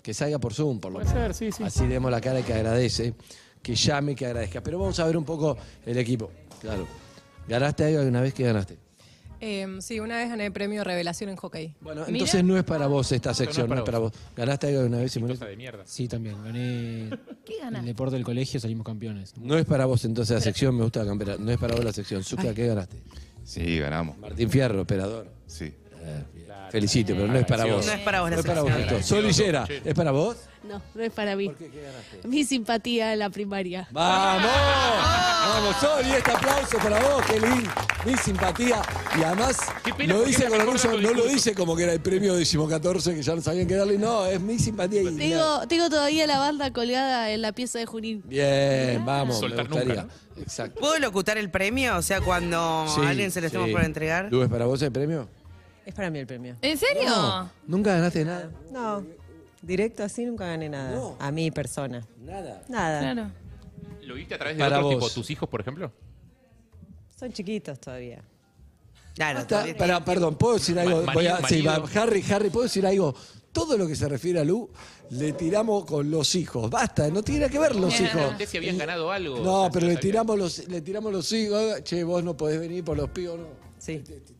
S6: que salga por Zoom, por lo menos. Así demos la cara que agradece, que llame, que agradezca. Pero vamos a ver un poco el equipo. Claro. ¿Ganaste algo alguna vez que ganaste?
S17: Em, sí, una vez gané el premio Revelación en hockey.
S6: Bueno, Entonces no es para vos esta sección, no es para vos. ¿Ganaste algo alguna vez, Simón?
S9: Ah, de mierda.
S18: Sí, también. Gané
S8: ¿Qué
S18: el deporte del colegio, salimos campeones.
S6: No es para vos entonces la sección, me gusta la campera. No es para vos la sección. Zucca, ¿qué ganaste?
S7: Sí, ganamos.
S6: Martín Fierro, operador.
S7: Sí.
S6: Felicito, pero no es
S16: Ah,
S6: para vos.
S7: No es para vos la sección.
S6: esto. Solillera, ¿es para vos?
S17: No, no es para mí. Mi simpatía en la primaria.
S6: ¡Vamos! ¡Vamos, Sol! Y este aplauso para vos, qué lindo. Mi simpatía. Y además,
S16: pena,
S6: lo
S16: porque
S6: dice
S16: me
S6: con
S16: acuerdo
S6: orgullo,
S16: tu
S6: no lo
S16: discurso.
S6: dice como que era el premio 14 que ya no sabían qué darle. No, es mi simpatía. y-
S17: Tengo, tengo todavía la banda colgada en la pieza de Junín.
S6: Bien, vamos, me
S15: Soltar
S6: gustaría.
S15: nunca,
S6: Exacto.
S15: ¿Puedo locutar el premio? O sea, cuando
S6: Sí,
S15: a alguien se lo estemos
S6: sí.
S15: por entregar.
S6: ¿Lu, es para vos el premio?
S19: Es para mí el premio.
S8: ¿En serio?
S6: No. Nunca ganaste nada.
S19: No, directo así nunca gané nada. A mi persona.
S6: Nada.
S19: Nada.
S9: ¿Lo viste a través de
S6: Para
S9: otros,
S6: vos.
S9: tipo tus hijos, por ejemplo?
S19: Son chiquitos todavía.
S15: Claro,
S6: Está- pará, perdón, ¿puedo decir algo?
S9: Ma-
S6: Voy a-
S9: marido-
S6: sí, va-
S9: marido.
S6: Harry, Harry, ¿puedo decir algo? Todo lo que se refiere a Lu, le tiramos con los hijos. Basta, no tiene nada que ver los
S9: Eh,
S6: hijos.
S9: pregunté si habían ganado algo.
S6: No, pero le
S9: Sabía.
S6: tiramos los, le tiramos los hijos. Che, vos no podés venir por los pibos, no. Este,
S19: Sí.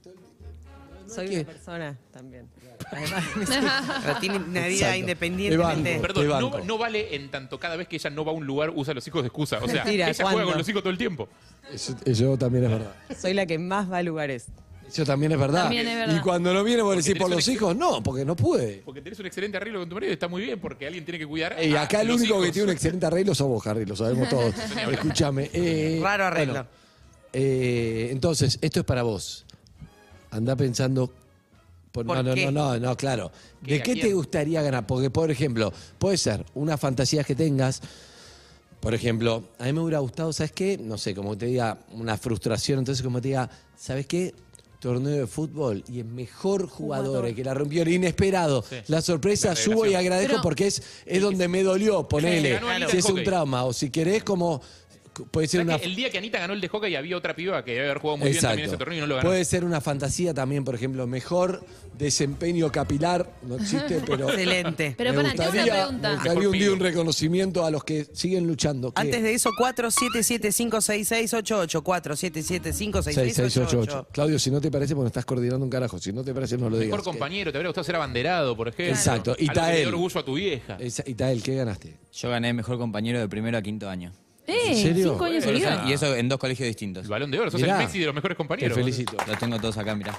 S19: Soy
S6: que-
S19: una persona también.
S6: (laughs)
S15: tiene una vida
S9: Exacto.
S15: independientemente.
S9: Perdón, no, no vale en tanto cada vez que ella no va a un lugar usa a los hijos de excusa. O sea,
S19: Mentira,
S9: ella
S19: ¿cuándo?
S9: juega con los hijos todo el tiempo.
S6: Eso, eso también es verdad.
S19: Soy la que más va a lugares.
S6: Eso también es verdad.
S9: También es verdad.
S6: Y cuando no viene, vos decís
S9: tenés
S6: por
S9: un
S6: los hijos, no, porque no pude.
S9: Porque tenés un excelente arreglo con tu marido y está muy bien porque alguien tiene que cuidar.
S6: Y
S9: a
S6: Eh,
S7: Ah,
S6: acá el
S9: los
S6: único que
S9: hijos.
S6: tiene un excelente arreglo sos vos, Harry, lo
S7: (laughs)
S6: sabemos todos. Escúchame. eh,
S15: Raro arreglo.
S6: bueno, eh, entonces, esto es para vos. Andá pensando Por-
S7: ¿Por
S6: no, no,
S7: qué?
S6: no, no, no, claro.
S7: ¿Qué?
S6: ¿De
S7: ¿A
S6: qué te
S7: quién?
S6: gustaría ganar? Porque, por ejemplo, puede ser una fantasía que tengas. Por ejemplo, a mí me hubiera gustado, ¿sabes qué? No sé, como te diga una frustración, entonces como te diga, ¿sabes qué? Torneo de fútbol y el mejor jugador, el que la rompió, el inesperado.
S20: Sí.
S6: La sorpresa
S20: La
S6: subo y
S20: revelación.
S6: agradezco
S20: Pero-
S6: porque es, es donde me dolió, ponele.
S9: ganó Anita
S6: si
S9: en
S6: es un
S9: hockey.
S6: trauma o si querés, como puede ser
S9: ¿Sabés
S6: una
S9: que El día que Anita ganó el de hockey había otra piba que debe haber jugado muy bien también ese torneo y no lo ganó.
S6: Puede ser una fantasía también, por ejemplo, mejor desempeño capilar, no existe,
S7: (laughs)
S6: pero.
S7: Excelente. Pero
S6: me
S7: pará, tengo una
S6: gustaría,
S7: pregunta.
S6: me gustaría un día un reconocimiento a los que siguen luchando. ¿Qué?
S7: Antes de eso, 47756688. 47756688.
S6: 6688. Claudio, si no te parece, porque estás coordinando un carajo. Si no te parece, no lo digas.
S9: Mejor compañero, te habría gustado ser abanderado, por ejemplo.
S6: Exacto,
S9: Algo que
S6: Itael.
S9: le dé orgullo a tu vieja.
S6: Itael, ¿qué ganaste?
S2: Yo gané mejor compañero de primero a quinto año.
S8: ¡Eh! Cinco años
S2: Por eso-
S8: seguidos.
S2: Y eso en dos colegios distintos. El
S9: balón de oro,
S2: sos
S9: el Messi de los mejores compañeros.
S2: Te felicito. Los tengo todos acá, mirá.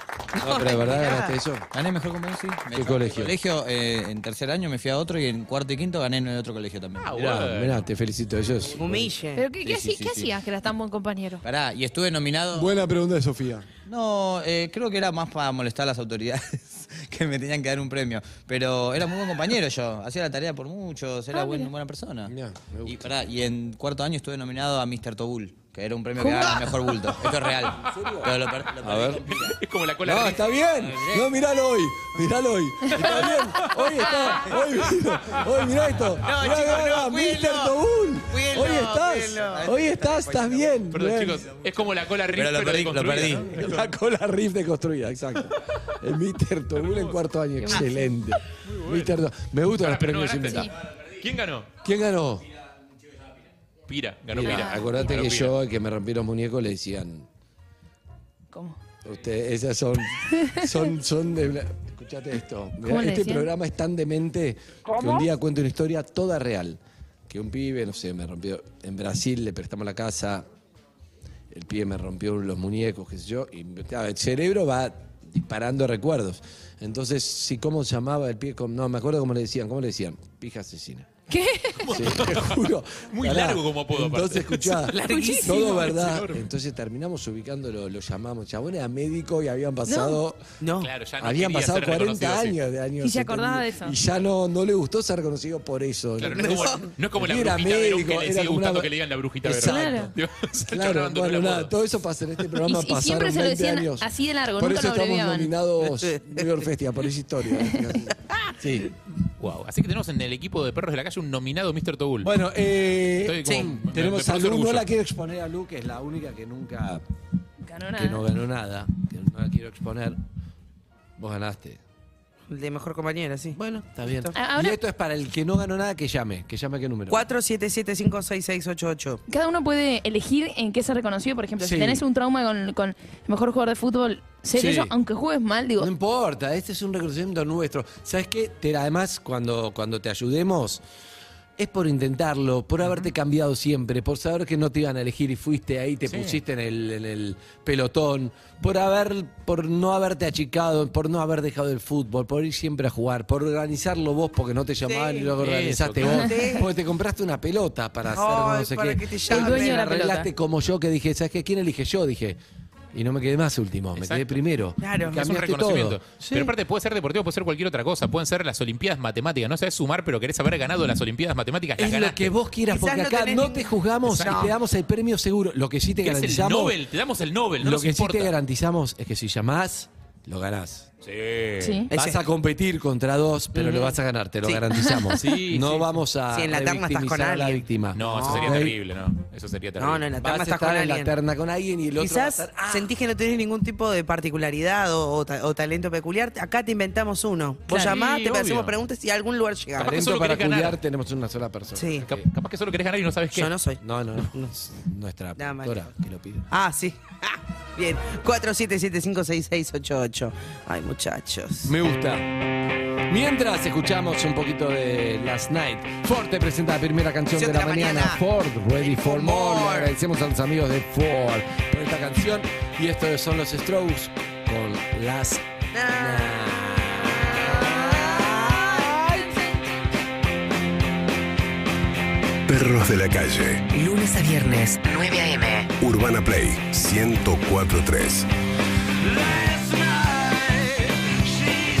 S6: No, pero de verdad Mirá. ganaste eso.
S2: Gané mejor compañero, sí.
S6: ¿Qué
S2: fui a un
S6: colegio?
S2: colegio eh, en tercer año me fui a otro y en cuarto y quinto gané en el otro colegio también.
S9: Ah,
S6: Mirá, mirá, te felicito. Eso es.
S8: ¿Pero qué, qué
S2: Sí, sí, sí,
S8: hacías- qué
S2: sí.
S8: hacías que eras tan buen compañero?
S2: Pará, y estuve nominado.
S6: Buena pregunta de Sofía.
S2: No, eh, creo que era más para molestar a las autoridades (laughs) que me tenían que dar un premio. Pero era muy buen compañero yo. Hacía la tarea por muchos, era Ah, buen- mira. buena persona.
S6: me
S2: y, pará, y en cuarto año estuve nominado a Mr. Tobul, que era un premio que daba el mejor bulto. Esto es real. Pero lo per- lo
S6: A ver.
S9: (laughs) Es como la Ah, cola
S6: No,
S9: de
S6: está bien. No, miralo hoy. Miralo hoy. Está bien. Hoy está. Hoy vino. Hoy mirá esto.
S20: No,
S6: mirá,
S20: chicos,
S6: mirá,
S20: no,
S6: Mr.
S20: cuídenlo.
S6: Tobul.
S20: Cuídenlo,
S6: Hoy estás.
S20: cuídenlo.
S6: Hoy estás. Estás bien.
S9: Perdón,
S6: Bien.
S9: chicos, es como la cola rica.
S2: Pero lo perdí, lo perdí.
S6: (laughs) La cola riff de construida, exacto. El Mr. Tobul en cuarto año. Excelente. Mr. Tobul. Me gustan los
S9: pero no
S6: premios
S9: ganaste.
S6: inventados.
S9: ¿Quién ganó?
S6: ¿Quién ganó?
S9: Pira, ganó
S6: Mira,
S9: Pira.
S6: acordate
S9: Ganó
S6: que
S9: Pira.
S6: yo, al que me rompí los muñecos, le decían.
S8: ¿Cómo?
S6: Usted, esas son. Son. son de bla- Escuchate esto. Mirá,
S8: ¿Cómo le
S6: este
S8: decían?
S6: programa es tan demente que
S8: ¿Cómo?
S6: un día cuento una historia toda real. Que un pibe, no sé, me rompió. En Brasil le prestamos la casa. El pibe me rompió los muñecos, qué sé yo. Y claro, el cerebro va disparando recuerdos. Entonces, si cómo se llamaba el pibe. No, me acuerdo cómo le decían. ¿Cómo le decían? Pija asesina.
S8: ¿Qué?
S6: Sí, (laughs) te juro.
S9: Muy
S6: Pará.
S9: largo como apodo,
S6: Entonces,
S9: aparte.
S6: escuchá,
S8: (laughs)
S9: Es larguísimo,
S6: todo
S9: es
S6: verdad.
S9: enorme.
S6: Entonces terminamos ubicándolo, lo llamamos. Chabón era médico y habían pasado.
S7: No,
S9: Claro, ya no
S6: habían
S9: quería
S6: pasado
S9: ser
S6: 40
S9: reconocido
S6: años
S9: así.
S6: de años.
S8: Y se acordaba de eso.
S6: Y ya no, no le gustó ser reconocido por eso.
S9: Claro, no, es como, no es como la
S6: Él era
S9: brujita Verón que
S6: médico,
S9: le
S6: era
S9: sigue
S6: como una-
S9: gustando que le digan la brujita Verón.
S6: Exacto.
S9: Digo, (laughs)
S6: Claro,
S9: abandonó
S6: bueno,
S9: el
S6: nada,
S9: apodo.
S6: todo eso pasa en este programa.
S8: Y- y siempre
S6: pasaron
S8: se lo
S6: 20
S8: decían
S6: años.
S8: así de largo,
S6: Por
S8: nunca
S6: eso
S8: lo
S6: estamos
S8: abreviaban. (laughs)
S6: nominados New York Festival, por esa historia. Sí.
S9: Wow. Así que tenemos en el equipo de perros de la calle un nominado Mr. Tobul.
S6: Bueno, eh,
S9: Estoy
S6: sí,
S9: como- me-
S6: tenemos
S9: me
S6: a
S9: produce
S6: Lu, no
S9: orgullo.
S6: la quiero exponer a Lu, que es la única que nunca
S8: Ganó
S6: que
S8: nada.
S6: no ganó nada, que no la quiero exponer. Vos ganaste.
S7: El de mejor compañera, sí.
S6: Bueno, está bien.
S8: Ah,
S6: Y
S8: ahora-
S6: esto es para el que no ganó nada que llame, que llame a qué número.
S7: 47756688.
S8: Cada uno puede elegir en qué se reconoció. Por ejemplo,
S6: Sí.
S8: si tenés un trauma con, con el mejor jugador de fútbol, ser
S6: Sí.
S8: eso, aunque juegues mal, digo,
S6: No importa, este es un reconocimiento nuestro. ¿Sabes qué? Te- además, cuando, cuando te ayudemos, es por intentarlo, por haberte cambiado siempre, por saber que no te iban a elegir y fuiste ahí, te
S20: Sí.
S6: pusiste en el, en el pelotón, por haber, por no haberte achicado, por no haber dejado el fútbol, por ir siempre a jugar, por organizarlo vos porque no te llamaban y luego
S20: Eso,
S6: organizaste
S20: claro.
S6: vos,
S20: Sí.
S6: porque te compraste una pelota para hacer
S20: Ay,
S6: no sé
S20: para
S6: qué.
S20: que te llamen. El dueño de la pelota.
S6: Arreglaste como yo que dije, ¿sabes qué? ¿Quién elige yo? Dije. Y no me quedé más último, me quedé primero. Y
S9: es un
S6: cambiaste
S9: reconocimiento.
S6: todo.
S9: Pero aparte puede ser deportivo, puede ser cualquier otra cosa. Pueden ser las Olimpiadas Matemáticas. No sabes sumar, pero querés haber ganado las Olimpiadas Matemáticas. Las
S6: Es lo
S9: ganaste.
S6: que vos quieras,
S9: Quizás
S6: porque
S9: no
S6: acá
S9: tenés
S6: no
S9: ningún-
S6: te juzgamos
S9: Exacto.
S6: y te damos el premio seguro. Lo que sí te
S9: ¿Qué es el
S6: garantizamos.
S9: Nobel? Te damos el Nobel, no
S6: lo
S9: nos
S6: que
S9: importa.
S6: sí te garantizamos es que si llamás, lo ganás.
S9: Sí.
S6: Vas a competir contra dos, pero lo vas a ganar, te lo
S9: Sí.
S6: garantizamos.
S9: (laughs) Sí,
S6: no
S9: sí.
S6: vamos a
S9: Sí, en la terna estás con
S6: revictimizar a la
S9: alguien.
S6: víctima.
S9: No, eso sería
S6: Ah, ¿Ok?
S9: terrible, ¿no? Eso sería terrible.
S7: No, no, en la
S6: Vas
S7: terna
S6: a
S7: estás con
S6: estar en la
S7: alguien.
S6: terna con alguien y el otro va a
S7: Quizás
S6: estar-
S7: sentís que no tenés ningún tipo de particularidad o, o ta- o talento peculiar. Acá te inventamos uno. Vos
S6: Claro.
S7: llamás,
S6: Sí,
S7: te
S6: obvio.
S7: hacemos preguntas y a algún lugar llegás.
S6: Talento para cuidar tenemos una sola persona.
S7: Sí.
S6: Cap-
S9: Capaz que solo querés ganar y no sabes qué.
S7: Yo no soy.
S6: No, no, no. Nuestra
S7: Nada más
S6: productora que lo pide.
S7: Ah, sí. (laughs) Bien. 47756688. Ay, muchachos.
S6: Me gusta. Mientras escuchamos un poquito de Last Night, Ford te presenta la primera canción de la, mañana. Ford, Ready for More. Le agradecemos a los amigos de Ford por esta canción. Y estos son los Strokes con Last
S3: Perros de la calle.
S21: Lunes a viernes, 9 a.m.
S3: Urbana Play 1043.
S22: Last night, she